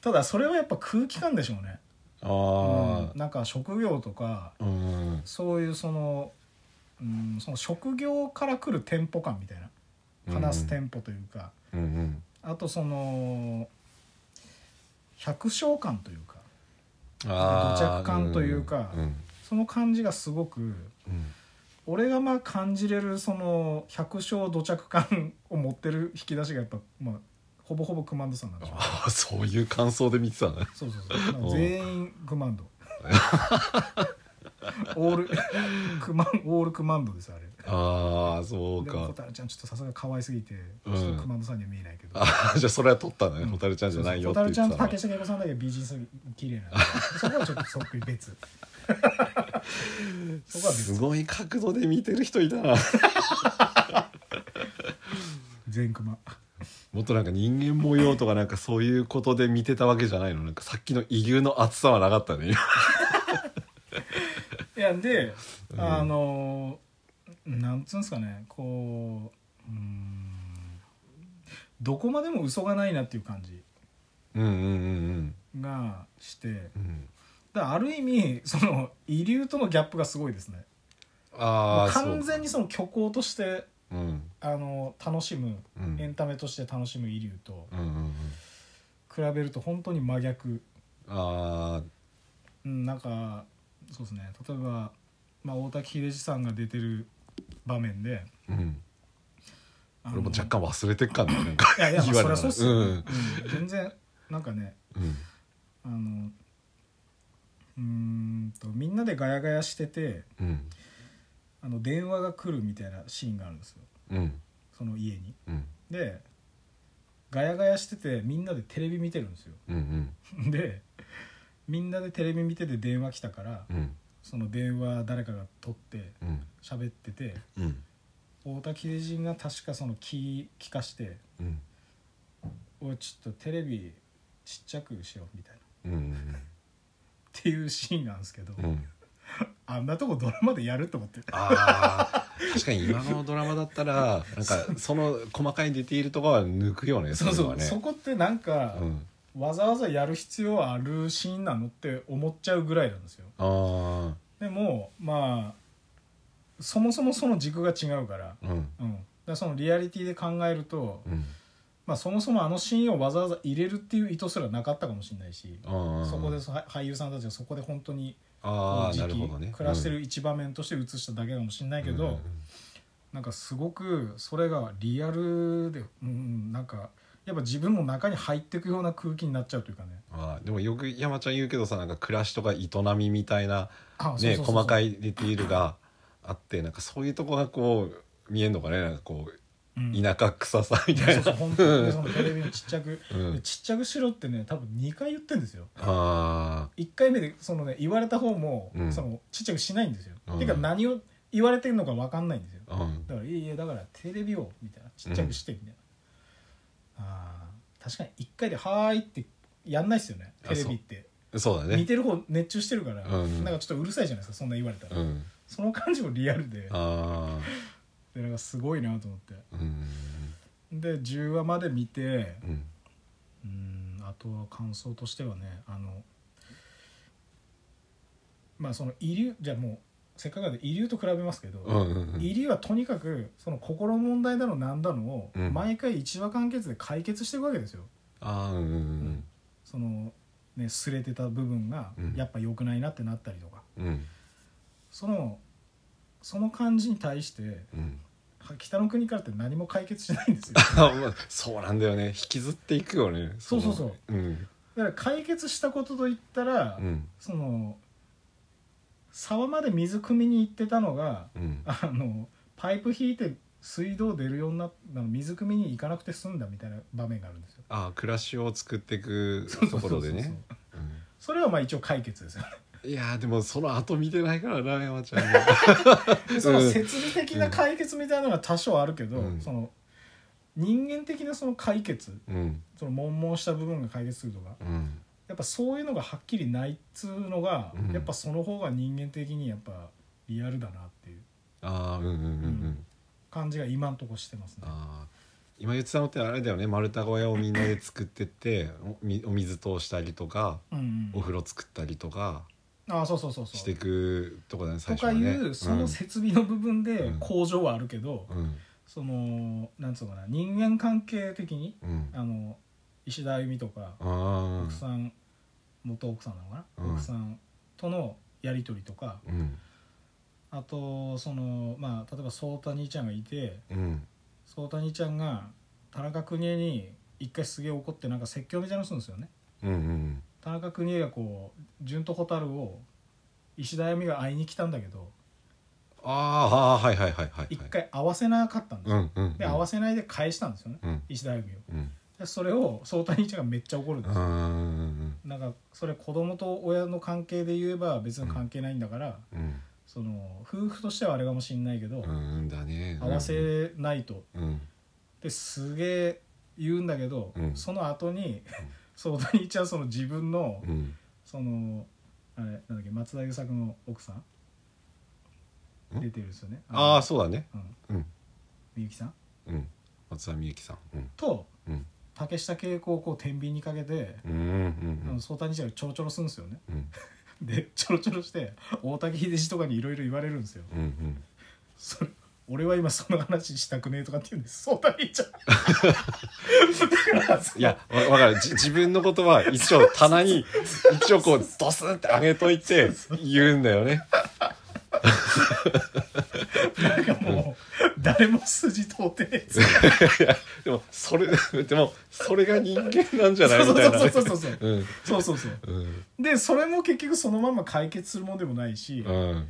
[SPEAKER 2] ただそれはやっぱ空気感でしょうね、
[SPEAKER 1] あ
[SPEAKER 2] うんなんか職業とか
[SPEAKER 1] あうん
[SPEAKER 2] そういうその,、うん、その職業から来るテンポ感みたいな話すテンポというか、
[SPEAKER 1] うんうん
[SPEAKER 2] あとその百姓感というか
[SPEAKER 1] あー
[SPEAKER 2] 土着感というか
[SPEAKER 1] うん
[SPEAKER 2] その感じがすごく
[SPEAKER 1] うん
[SPEAKER 2] 俺がまあ感じれるその百姓土着感を持ってる引き出しがやっぱ、まあ、ほぼほぼクマンドさんなんでしょう
[SPEAKER 1] あーそういう感想で見てたね
[SPEAKER 2] そうそうそうなんか全員クマンド オールクマンオールクマンドですあれ
[SPEAKER 1] ああそう
[SPEAKER 2] でも
[SPEAKER 1] か
[SPEAKER 2] 蛍ちゃんちょっとさすが可愛すぎて、
[SPEAKER 1] うん
[SPEAKER 2] ちょっとクマンドさんには見えないけど
[SPEAKER 1] あーじゃあそれは取ったね
[SPEAKER 2] うん
[SPEAKER 1] 蛍ちゃんじゃないよって
[SPEAKER 2] そう
[SPEAKER 1] 言っ
[SPEAKER 2] そう
[SPEAKER 1] てた
[SPEAKER 2] 蛍ちゃんと
[SPEAKER 1] の
[SPEAKER 2] 竹下恵子さんだけ美人すぎ綺麗なんでそこはちょっとそっくり 別そこは
[SPEAKER 1] す
[SPEAKER 2] 別
[SPEAKER 1] ごい角度で見てる人いたな
[SPEAKER 2] 全クマ
[SPEAKER 1] もっとなんか人間模様とかなんかそういうことで見てたわけじゃないのなんかさっきの異牛の厚さはなかったね今
[SPEAKER 2] いやで、
[SPEAKER 1] うん
[SPEAKER 2] あのなんつうんですかねこううーんどこまでも嘘がないなっていう感じ
[SPEAKER 1] うんうんうん
[SPEAKER 2] がして
[SPEAKER 1] うんうん
[SPEAKER 2] だからある意味その遺留とのギャップがすごいですね
[SPEAKER 1] ああ
[SPEAKER 2] 完全にその虚構として
[SPEAKER 1] そううん
[SPEAKER 2] あの楽しむ
[SPEAKER 1] うん
[SPEAKER 2] エンタメとして楽しむ遺留と
[SPEAKER 1] うんうんうん
[SPEAKER 2] 比べると本当に真逆、
[SPEAKER 1] あ
[SPEAKER 2] うん、なんかそうですね例えば、まあ、大滝秀治さんが出てる場面で
[SPEAKER 1] あうん
[SPEAKER 2] あ
[SPEAKER 1] 俺も
[SPEAKER 2] の
[SPEAKER 1] 若干忘れてっかんねなんか
[SPEAKER 2] いやいや、まあ、
[SPEAKER 1] 言
[SPEAKER 2] そり
[SPEAKER 1] わ
[SPEAKER 2] ゃ
[SPEAKER 1] れた
[SPEAKER 2] そうっ
[SPEAKER 1] ら
[SPEAKER 2] すよ、
[SPEAKER 1] う
[SPEAKER 2] うん
[SPEAKER 1] ん
[SPEAKER 2] 全然なんかね
[SPEAKER 1] うん
[SPEAKER 2] あのうーんとみんなでガヤガヤしてて
[SPEAKER 1] うん
[SPEAKER 2] あの電話が来るみたいなシーンがあるんですよ
[SPEAKER 1] うん
[SPEAKER 2] その家に
[SPEAKER 1] うん
[SPEAKER 2] でガヤガヤしててみんなでテレビ見てるんですよ
[SPEAKER 1] うんうん
[SPEAKER 2] でみんなでテレビ見てて電話来たから
[SPEAKER 1] うん
[SPEAKER 2] その電話誰かが取って
[SPEAKER 1] うん
[SPEAKER 2] 喋ってて
[SPEAKER 1] うん
[SPEAKER 2] 太田秀人が確かその聞聞かして
[SPEAKER 1] うん
[SPEAKER 2] 「おいちょっとテレビちっちゃくしろ」みたいなっ
[SPEAKER 1] うんうん
[SPEAKER 2] ていうシーンなんですけど、
[SPEAKER 1] うん
[SPEAKER 2] あんなとこドラマでやると思って
[SPEAKER 1] あー確かに今のドラマだったらなんかその細かいディティールとかは抜くよね
[SPEAKER 2] そう
[SPEAKER 1] れ
[SPEAKER 2] そ
[SPEAKER 1] は
[SPEAKER 2] う
[SPEAKER 1] ね
[SPEAKER 2] そこってなんか、
[SPEAKER 1] うん
[SPEAKER 2] わざわざやる必要あるシーンなのって思っちゃうぐらいなんですよ
[SPEAKER 1] あ
[SPEAKER 2] でもまあそもそもその軸が違うから,、
[SPEAKER 1] あうん
[SPEAKER 2] うん、だからそのリアリティで考えると、
[SPEAKER 1] うん
[SPEAKER 2] まあ、そもそもあのシーンをわざわざ入れるっていう意図すらなかったかもしれないし、
[SPEAKER 1] ああ
[SPEAKER 2] そこでそ俳優さんたちがそこで本当に
[SPEAKER 1] ああ
[SPEAKER 2] 時
[SPEAKER 1] な
[SPEAKER 2] 期
[SPEAKER 1] るほどね
[SPEAKER 2] 暮らしてる一場面として映しただけかもしれないけど、なんかすごくそれがリアルで、うん、なんかやっぱ自分も中に入っていくような空気になっちゃうというかね
[SPEAKER 1] あーでもよく山ちゃん言うけどさなんか暮らしとか営みみたいな
[SPEAKER 2] あ
[SPEAKER 1] ね
[SPEAKER 2] そうそうそうそう
[SPEAKER 1] 細かいディティールがあってなんかそういうとこがこう見えんのかねなんかこう
[SPEAKER 2] うん
[SPEAKER 1] 田舎臭さみたい
[SPEAKER 2] そうそ
[SPEAKER 1] な
[SPEAKER 2] う本当にねそのテレビのちっちゃく、
[SPEAKER 1] うん
[SPEAKER 2] でちっちゃくしろってね多分2回言ってんですよ
[SPEAKER 1] あ
[SPEAKER 2] 1回目でそのね言われた方も、
[SPEAKER 1] うん
[SPEAKER 2] そのちっちゃくしないんですよ、
[SPEAKER 1] うん
[SPEAKER 2] ていうか何を言われてるのか分かんないんですよ
[SPEAKER 1] あうん
[SPEAKER 2] だからいやいやだからテレビをみたいなちっちゃくしてみたいな、あー確かに1回で「はーい」ってやんないですよねテレビって
[SPEAKER 1] そうだ
[SPEAKER 2] 見
[SPEAKER 1] ね
[SPEAKER 2] てる方熱中してるから、
[SPEAKER 1] うん
[SPEAKER 2] なんかちょっとうるさいじゃないですかそんな言われたら、
[SPEAKER 1] うん
[SPEAKER 2] その感じもリアルで
[SPEAKER 1] あ
[SPEAKER 2] でなんかすごいなと思って
[SPEAKER 1] あうん
[SPEAKER 2] で10話まで見て
[SPEAKER 1] うん
[SPEAKER 2] うんあとは感想としてはねあのまあその遺留じゃあもうせっかくなんで遺留と比べますけど、
[SPEAKER 1] うんうんうん
[SPEAKER 2] 遺留はとにかくその心の問題だのなんだのを
[SPEAKER 1] うん
[SPEAKER 2] 毎回一話完結で解決していくわけですよ。
[SPEAKER 1] ああうんうん
[SPEAKER 2] そのね擦れてた部分が
[SPEAKER 1] うん
[SPEAKER 2] やっぱ良くないなってなったりとか、
[SPEAKER 1] うんうん
[SPEAKER 2] そのその感じに対して
[SPEAKER 1] うん
[SPEAKER 2] は北の国からって何も解決しない んですよ
[SPEAKER 1] あまあそうなんだよね引きずっていくよね
[SPEAKER 2] そうそう
[SPEAKER 1] の
[SPEAKER 2] そう
[SPEAKER 1] うん
[SPEAKER 2] だから解決したことといったら、
[SPEAKER 1] うん
[SPEAKER 2] その沢まで水汲みに行ってたのが
[SPEAKER 1] うん
[SPEAKER 2] あのパイプ引いて水道出るようになったの水汲みに行かなくて済んだみたいな場面があるんですよ
[SPEAKER 1] ああ暮らしを作っていくところで
[SPEAKER 2] そうそう
[SPEAKER 1] ね
[SPEAKER 2] そうそれはまあ一応解決ですよね
[SPEAKER 1] うんいやーでもその後見てないからな山ちゃ ん
[SPEAKER 2] でその設備的な解決みたいなのが多少あるけど、
[SPEAKER 1] うん
[SPEAKER 2] その人間的なその解決
[SPEAKER 1] うん
[SPEAKER 2] その悶々した部分が解決するとか
[SPEAKER 1] うん
[SPEAKER 2] やっぱそういうのがはっきりないっつうのが、
[SPEAKER 1] うん
[SPEAKER 2] やっぱその方が人間的にやっぱリアルだなっていう
[SPEAKER 1] ああうんうんうんうん、
[SPEAKER 2] うん感じが今んとこしてますね
[SPEAKER 1] ああ今言ってたのってあれだよね丸太小屋をみんなで作ってっておみお水通したりとか
[SPEAKER 2] うんう
[SPEAKER 1] お
[SPEAKER 2] ん
[SPEAKER 1] 風呂作ったりとか
[SPEAKER 2] ああそうそうそうそう
[SPEAKER 1] していくとこだね
[SPEAKER 2] と
[SPEAKER 1] 最初
[SPEAKER 2] か
[SPEAKER 1] は
[SPEAKER 2] いう、
[SPEAKER 1] ね。
[SPEAKER 2] その設備の部分で
[SPEAKER 1] うん
[SPEAKER 2] 向上はあるけど、
[SPEAKER 1] うん
[SPEAKER 2] そのなんつうのかな人間関係的に
[SPEAKER 1] うん
[SPEAKER 2] あの石田あゆみとか、
[SPEAKER 1] あ
[SPEAKER 2] 奥さん元奥さんなのかな、
[SPEAKER 1] うん
[SPEAKER 2] 奥さんとのやり取りとか
[SPEAKER 1] ーうん
[SPEAKER 2] あとそのまあ例えば颯太兄ちゃんがいて
[SPEAKER 1] うん
[SPEAKER 2] 颯太兄ちゃんが田中邦衛に一回すげえ怒ってなんか説教みたいなのするんですよね
[SPEAKER 1] うんうん
[SPEAKER 2] 田中邦衛がこう純と蛍を石田あゆみが会いに来たんだけど
[SPEAKER 1] ああーはいはいはいはいはい
[SPEAKER 2] 一回会わせなかったんです
[SPEAKER 1] う
[SPEAKER 2] よ、
[SPEAKER 1] んうんうん
[SPEAKER 2] で会わせないで返したんですよね
[SPEAKER 1] うん
[SPEAKER 2] 石田あゆみを
[SPEAKER 1] うん
[SPEAKER 2] でそれを颯太兄ちゃんがめっちゃ怒るんですよ
[SPEAKER 1] うん
[SPEAKER 2] なんかそれ子供と親の関係で言えば別に関係ないんだから、
[SPEAKER 1] うん
[SPEAKER 2] その夫婦としてはあれかもしんないけど、
[SPEAKER 1] うんだね
[SPEAKER 2] 合わせないと
[SPEAKER 1] うん
[SPEAKER 2] ですげえ言うんだけど、
[SPEAKER 1] うん
[SPEAKER 2] その後に、 そうだにちゃんその自分の、
[SPEAKER 1] うん
[SPEAKER 2] そのあれなんだっけ松田優作の奥さん
[SPEAKER 1] ん
[SPEAKER 2] 出てるんですよね
[SPEAKER 1] ああ
[SPEAKER 2] の
[SPEAKER 1] そうだね
[SPEAKER 2] うん
[SPEAKER 1] うん
[SPEAKER 2] みゆきさん
[SPEAKER 1] うん松田美由紀さんうん
[SPEAKER 2] と
[SPEAKER 1] うん
[SPEAKER 2] 竹下恵子をこう天秤にかけて、
[SPEAKER 1] うんうん
[SPEAKER 2] あの相談にちゃんがちょろちょろするんですよね
[SPEAKER 1] うんうん
[SPEAKER 2] でちょろちょろして大竹秀治とかにいろいろ言われるんですよ
[SPEAKER 1] うんうん
[SPEAKER 2] それ俺は今その話したくねえとかって言うんですそうだ兄ちゃんだから そ
[SPEAKER 1] いや、わわかる。じ自分のことは一応棚 に、一応こう、ドスンって上げといて言うんだよね。
[SPEAKER 2] なんかもう誰も筋通ってねえっつう
[SPEAKER 1] いやでも、それ、でも、それが人間なんじゃない
[SPEAKER 2] そ
[SPEAKER 1] み
[SPEAKER 2] う
[SPEAKER 1] たいな、
[SPEAKER 2] そ
[SPEAKER 1] ね。
[SPEAKER 2] うそうそうそう
[SPEAKER 1] うん。
[SPEAKER 2] そうそうそう
[SPEAKER 1] うん。
[SPEAKER 2] でそれも結局そのまま解決するもんでもないし
[SPEAKER 1] うん。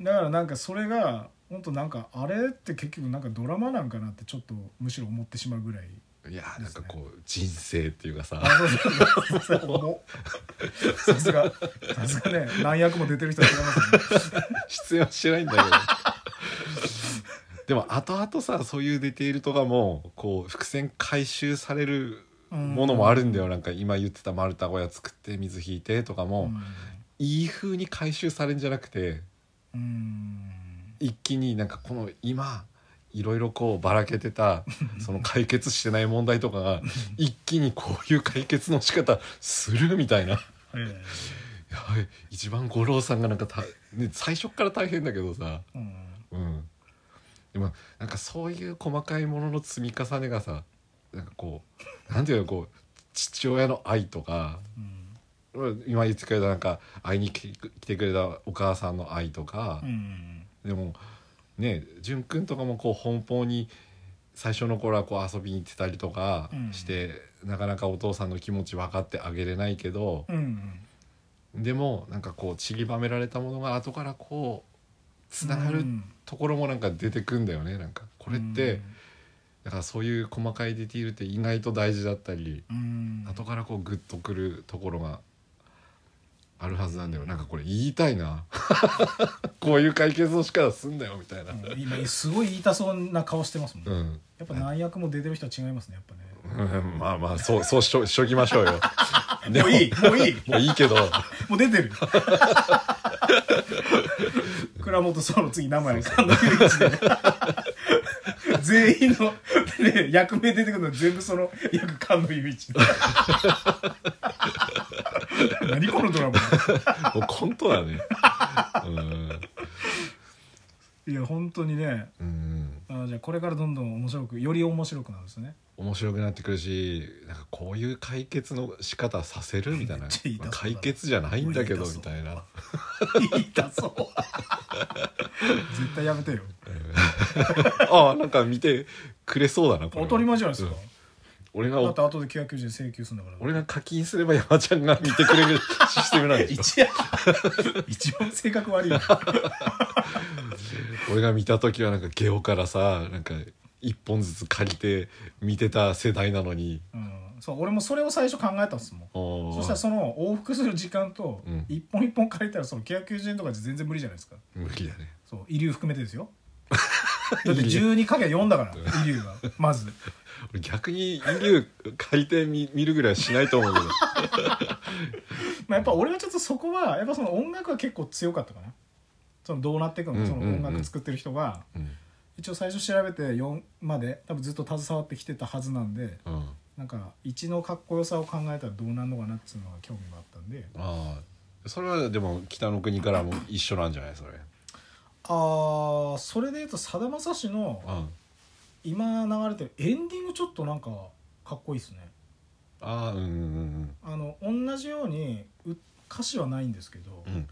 [SPEAKER 2] だからなんかそれが本当なんかあれって結局なんかドラマなんかなってちょっとむしろ思ってしまう ぐらい
[SPEAKER 1] いや、なんかこう、人生っていうかさ、
[SPEAKER 2] あそうそうそうそう重っさすがさすがね何役も出てる人は違いますね
[SPEAKER 1] 出演はしてないんだけど。でも、後々さ、そういうディテールとかも、こう、伏線回収される ものもあるんだよ。なんか、今言ってた丸太小屋作って水引いてとか
[SPEAKER 2] う
[SPEAKER 1] も、
[SPEAKER 2] ん
[SPEAKER 1] いい風に回収されるんじゃなくて、
[SPEAKER 2] うん
[SPEAKER 1] 一気になんかこの今いろいろこうばらけてたその解決してない問題とかが一気にこういう解決の仕方するみたいなや
[SPEAKER 2] え
[SPEAKER 1] ばい一番五郎さんがなんかた、ね、最初っから大変だけどさ、
[SPEAKER 2] えうん
[SPEAKER 1] うん、でもなんかそういう細かいものの積み重ねがさなんかこうなんていうのこう父親の愛とか
[SPEAKER 2] うん
[SPEAKER 1] 今言ってくれたなんか会いに来てくれたお母さんの愛とか。
[SPEAKER 2] うん
[SPEAKER 1] でもね淳くんとかもこう奔放に最初の頃はこう遊びに行ってたりとか
[SPEAKER 2] うん
[SPEAKER 1] して、なかなかお父さんの気持ち分かってあげれないけど
[SPEAKER 2] う、ん
[SPEAKER 1] でもなんかこうちりばめられたものが後からこうつなが
[SPEAKER 2] う
[SPEAKER 1] る
[SPEAKER 2] ん
[SPEAKER 1] ところもなんか出てくんだよねなんかこれって、だからそういう細かいディティールって意外と大事だったり、
[SPEAKER 2] うん
[SPEAKER 1] 後からこうグッとくるところがあるはずなんだよ、なんかこれ言いたいな こういう解決の仕方すんだよみたいな。
[SPEAKER 2] うん今すごい言いたそうな顔してますもん、
[SPEAKER 1] うん
[SPEAKER 2] やっぱ何役も出てる人は違いますねやっぱね
[SPEAKER 1] うんまあまあそうそうしとしときましょうよで
[SPEAKER 2] もういいもういい
[SPEAKER 1] もういいけど
[SPEAKER 2] もう出てる倉本さんの次名前神田裕一でね全員の、ね、役名出てくるの全部その役神田裕一何このドラマ
[SPEAKER 1] もうコントだねうん
[SPEAKER 2] いや本当にね
[SPEAKER 1] うん
[SPEAKER 2] あーじゃあこれからどんどん面白くより面白くなるんですね
[SPEAKER 1] 面白くなってくるしなんかこういう解決の仕方させるみたいな
[SPEAKER 2] めっちゃ言いたそうだ
[SPEAKER 1] 解決じゃないんだけど
[SPEAKER 2] もう
[SPEAKER 1] み
[SPEAKER 2] 言いたそ
[SPEAKER 1] たい
[SPEAKER 2] う
[SPEAKER 1] な
[SPEAKER 2] 言いたそう絶対やめてよ
[SPEAKER 1] ああなんか見てくれそうだなこれ
[SPEAKER 2] 当
[SPEAKER 1] は
[SPEAKER 2] たり前じゃないですか、
[SPEAKER 1] うん俺
[SPEAKER 2] だっ
[SPEAKER 1] が
[SPEAKER 2] て後で990円請求するんだから
[SPEAKER 1] 俺が課金すれば山ちゃんが見てくれるシステムなんでしょ
[SPEAKER 2] 一一番性 格悪いよ
[SPEAKER 1] 俺が見た時はなんかゲオからさなんか一本ずつ借りて見てた世代なのに
[SPEAKER 2] うん、そう俺もそれを最初考えたんですもん
[SPEAKER 1] そ
[SPEAKER 2] そしたらその往復する時間と
[SPEAKER 1] うん
[SPEAKER 2] 一本一本借りたらその990円とかじゃ全然無理じゃないですか
[SPEAKER 1] 無理だね
[SPEAKER 2] そう遺留含めてですよ だって12かけ4だから遺留がまず
[SPEAKER 1] 俺逆にイリュー借りてみ見るぐらいはしないと思うけど
[SPEAKER 2] まあやっぱ俺はちょっとそこはやっぱその音楽は結構強かったかなそのどうなっていくのか、
[SPEAKER 1] うん
[SPEAKER 2] その
[SPEAKER 1] うんうん
[SPEAKER 2] 音楽作ってる人が
[SPEAKER 1] うん
[SPEAKER 2] 一応最初調べて4まで多分ずっと携わってきてたはずなんで
[SPEAKER 1] うん
[SPEAKER 2] なんか1のかっこよさを考えたらどうなんのかなっていうのが興味があったんで
[SPEAKER 1] ああそれはでも北の国からも一緒なんじゃないそれ
[SPEAKER 2] あーそれでいうとさだまさしの
[SPEAKER 1] あ
[SPEAKER 2] 今流れてるエンディングちょっとなんかかっこいいですね
[SPEAKER 1] あうんうん
[SPEAKER 2] あの同じようにう歌詞はないんですけど、
[SPEAKER 1] うんうん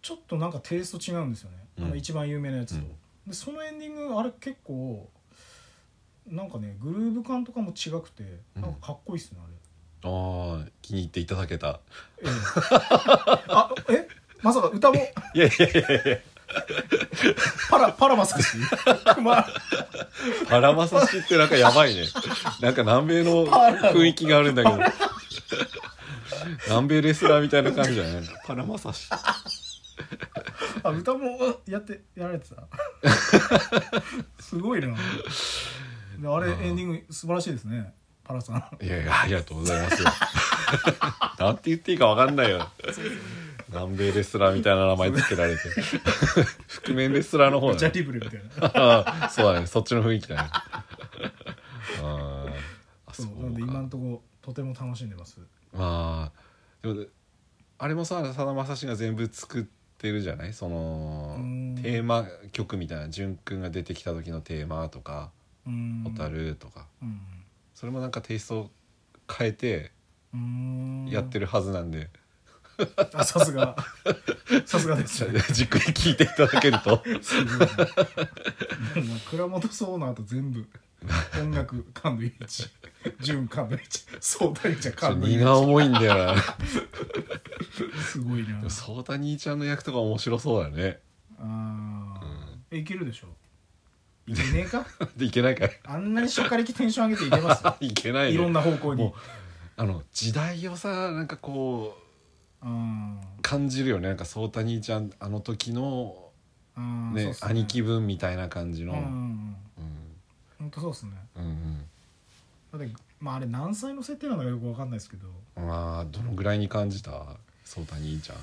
[SPEAKER 2] ちょっとなんかテイスト違うんですよね、
[SPEAKER 1] うん
[SPEAKER 2] あの一番有名なやつと、
[SPEAKER 1] う
[SPEAKER 2] でそのエンディングあれ結構なんかねグルーヴ感とかも違くて
[SPEAKER 1] うん
[SPEAKER 2] なんかかっこいいっすねあれ、
[SPEAKER 1] ああ気に入っていただけた
[SPEAKER 2] ええあえまさか歌も
[SPEAKER 1] いやいやいやいや
[SPEAKER 2] パラパラマサシ熊
[SPEAKER 1] パラマサシってなんかやば いねなんか南米の雰囲気があるんだけど南米レスラーみたいな感じじゃないパラマサシ
[SPEAKER 2] あ歌もやってやられてたすごいなであれ
[SPEAKER 1] うん
[SPEAKER 2] エンディング素晴らしいですねパラさん
[SPEAKER 1] いやいやありがとうございますよ なんて言っていいか分かんないよ南米レスラーみたいな名前つけられて覆面レスラーの方
[SPEAKER 2] ジ
[SPEAKER 1] だ
[SPEAKER 2] ャ
[SPEAKER 1] ね
[SPEAKER 2] リブレみたいな
[SPEAKER 1] ああそうだねそっちの雰囲気だねあーあ
[SPEAKER 2] そ
[SPEAKER 1] そうう
[SPEAKER 2] なので今
[SPEAKER 1] か
[SPEAKER 2] のところとても楽しんでます
[SPEAKER 1] まあでもあれもささだまさしが全部作ってるじゃないその
[SPEAKER 2] うん
[SPEAKER 1] テーマ曲みたいな潤くんが出てきた時のテーマとか「
[SPEAKER 2] うん
[SPEAKER 1] 蛍、とか
[SPEAKER 2] うん
[SPEAKER 1] それもなんかテイストを変えて
[SPEAKER 2] うん
[SPEAKER 1] やってるはずなんで、
[SPEAKER 2] あさす がさすがですね
[SPEAKER 1] じっくり聞いていただけると
[SPEAKER 2] すごいなもう倉本総の後全部音楽感度1純感度1相対者感度
[SPEAKER 1] 荷
[SPEAKER 2] 1
[SPEAKER 1] が重いんだ よ
[SPEAKER 2] すごいな
[SPEAKER 1] な相田兄ちゃんの役とか面白そうだね
[SPEAKER 2] あーいけるでしょいけねえか
[SPEAKER 1] でいけないか い
[SPEAKER 2] あんなにしっかりテンション上げていけます
[SPEAKER 1] いけない
[SPEAKER 2] いろん
[SPEAKER 1] ね
[SPEAKER 2] な方向に
[SPEAKER 1] もあの時代をさなんかこう
[SPEAKER 2] うん
[SPEAKER 1] 感じるよねなんか相田兄ちゃんあの時の、
[SPEAKER 2] うん
[SPEAKER 1] ね
[SPEAKER 2] そうっす
[SPEAKER 1] 兄貴分みたいな感じ
[SPEAKER 2] う
[SPEAKER 1] の、
[SPEAKER 2] んうんう
[SPEAKER 1] うん
[SPEAKER 2] ん本当そうですね
[SPEAKER 1] うん
[SPEAKER 2] だってまああれ何歳の設定なのかよくわかんないですけど
[SPEAKER 1] うん、まあどのぐらいに感じた相田兄ちゃん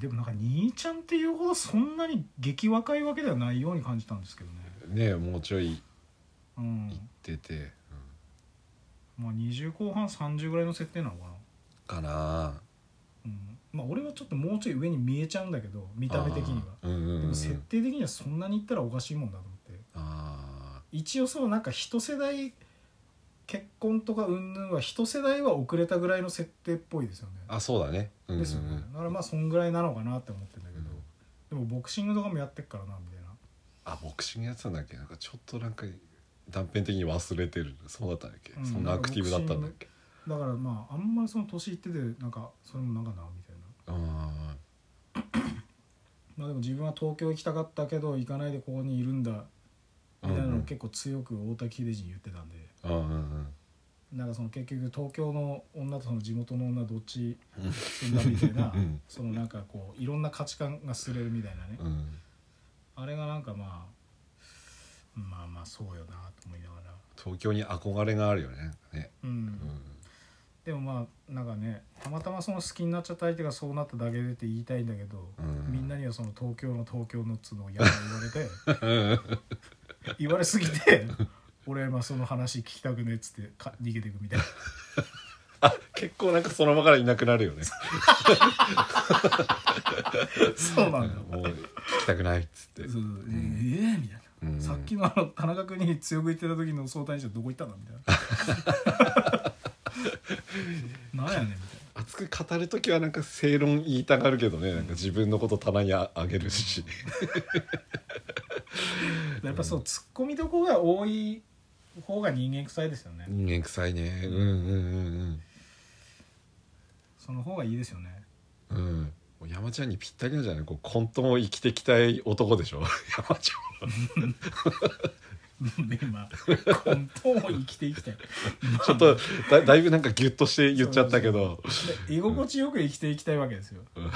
[SPEAKER 2] でもなんか兄ちゃんっていうほどそんなに激若いわけではないように感じたんですけどね
[SPEAKER 1] ねもうちょい
[SPEAKER 2] うん
[SPEAKER 1] 行ってて、うん
[SPEAKER 2] まあ20後半30ぐらいの設定なのかな
[SPEAKER 1] かな
[SPEAKER 2] うんまあ俺はちょっともうちょい上に見えちゃうんだけど見た目的には
[SPEAKER 1] あーうんうん
[SPEAKER 2] で
[SPEAKER 1] うん
[SPEAKER 2] も設定的にはそんなにいったらおかしいもんだと思って
[SPEAKER 1] あ
[SPEAKER 2] 一応そのなんか一世代結婚とか云々は一世代は遅れたぐらいの設定っぽいですよね
[SPEAKER 1] ーあそうだねうんうんう
[SPEAKER 2] ですよね
[SPEAKER 1] ん
[SPEAKER 2] だからまあそんぐらいなのかなって思ってんだけ
[SPEAKER 1] う
[SPEAKER 2] ど
[SPEAKER 1] ん
[SPEAKER 2] でもボクシングとかもやってっからなみたいな
[SPEAKER 1] あボクシングやってたんだっけなんかちょっとなんか断片的に忘れてるそうだったんだっけ、
[SPEAKER 2] うん
[SPEAKER 1] そんなアクティブだったんだっけ
[SPEAKER 2] だからまああんまりその年いっててなんかそれもなんかなみたいな
[SPEAKER 1] あ
[SPEAKER 2] まあでも自分は東京行きたかったけど行かないでここにいるんだ
[SPEAKER 1] ー
[SPEAKER 2] みたいな
[SPEAKER 1] うんう
[SPEAKER 2] のを
[SPEAKER 1] ん
[SPEAKER 2] 結構強く大滝秀治に言ってたんで
[SPEAKER 1] うんうん
[SPEAKER 2] なんかその結局東京の女とその地元の女どっち住んだみたいな
[SPEAKER 1] うん
[SPEAKER 2] そのなんかこういろんな価値観がすれるみたいなね
[SPEAKER 1] うんうん
[SPEAKER 2] あれがなんかまあまあまあそうよなと思いながら
[SPEAKER 1] 東京に憧れがあるよねなんかね
[SPEAKER 2] う
[SPEAKER 1] うんん
[SPEAKER 2] でもまあなんかねたまたまその好きになっちゃった相手がそうなっただけでって言いたいんだけど
[SPEAKER 1] うん
[SPEAKER 2] みんなにはその東京の東京のっつうのを嫌だ言わ れて言われすぎて俺はまあその話聞きたくねえっつってか逃げていくみたいな
[SPEAKER 1] あ結構なんかその場からいなくなるよ ね
[SPEAKER 2] そうなんだ
[SPEAKER 1] もう聞きたくないっつって
[SPEAKER 2] そうそうええみたい
[SPEAKER 1] うん
[SPEAKER 2] なさっきのあの田中君に強く言ってた時の相談者どこ行ったんだみたいななんやねんみたい
[SPEAKER 1] 熱く語る時はなんか正論言いたがるけどねなんか自分のこと棚にああげるし
[SPEAKER 2] なやっぱそうツッコミどこが多い方が人間臭いですよね
[SPEAKER 1] 人間臭いねうんうん
[SPEAKER 2] その方がいいですよね
[SPEAKER 1] うんうんうんもう山ちゃんにぴったりなんじゃないこう混沌を生きてきたい男でしょ 山ちゃんは
[SPEAKER 2] で 今根本を生きていきたい
[SPEAKER 1] ちょっとだだいぶなんかギュッとして言っちゃったけど
[SPEAKER 2] で居心地よく生きていきたいわけですよ、
[SPEAKER 1] うん
[SPEAKER 2] うん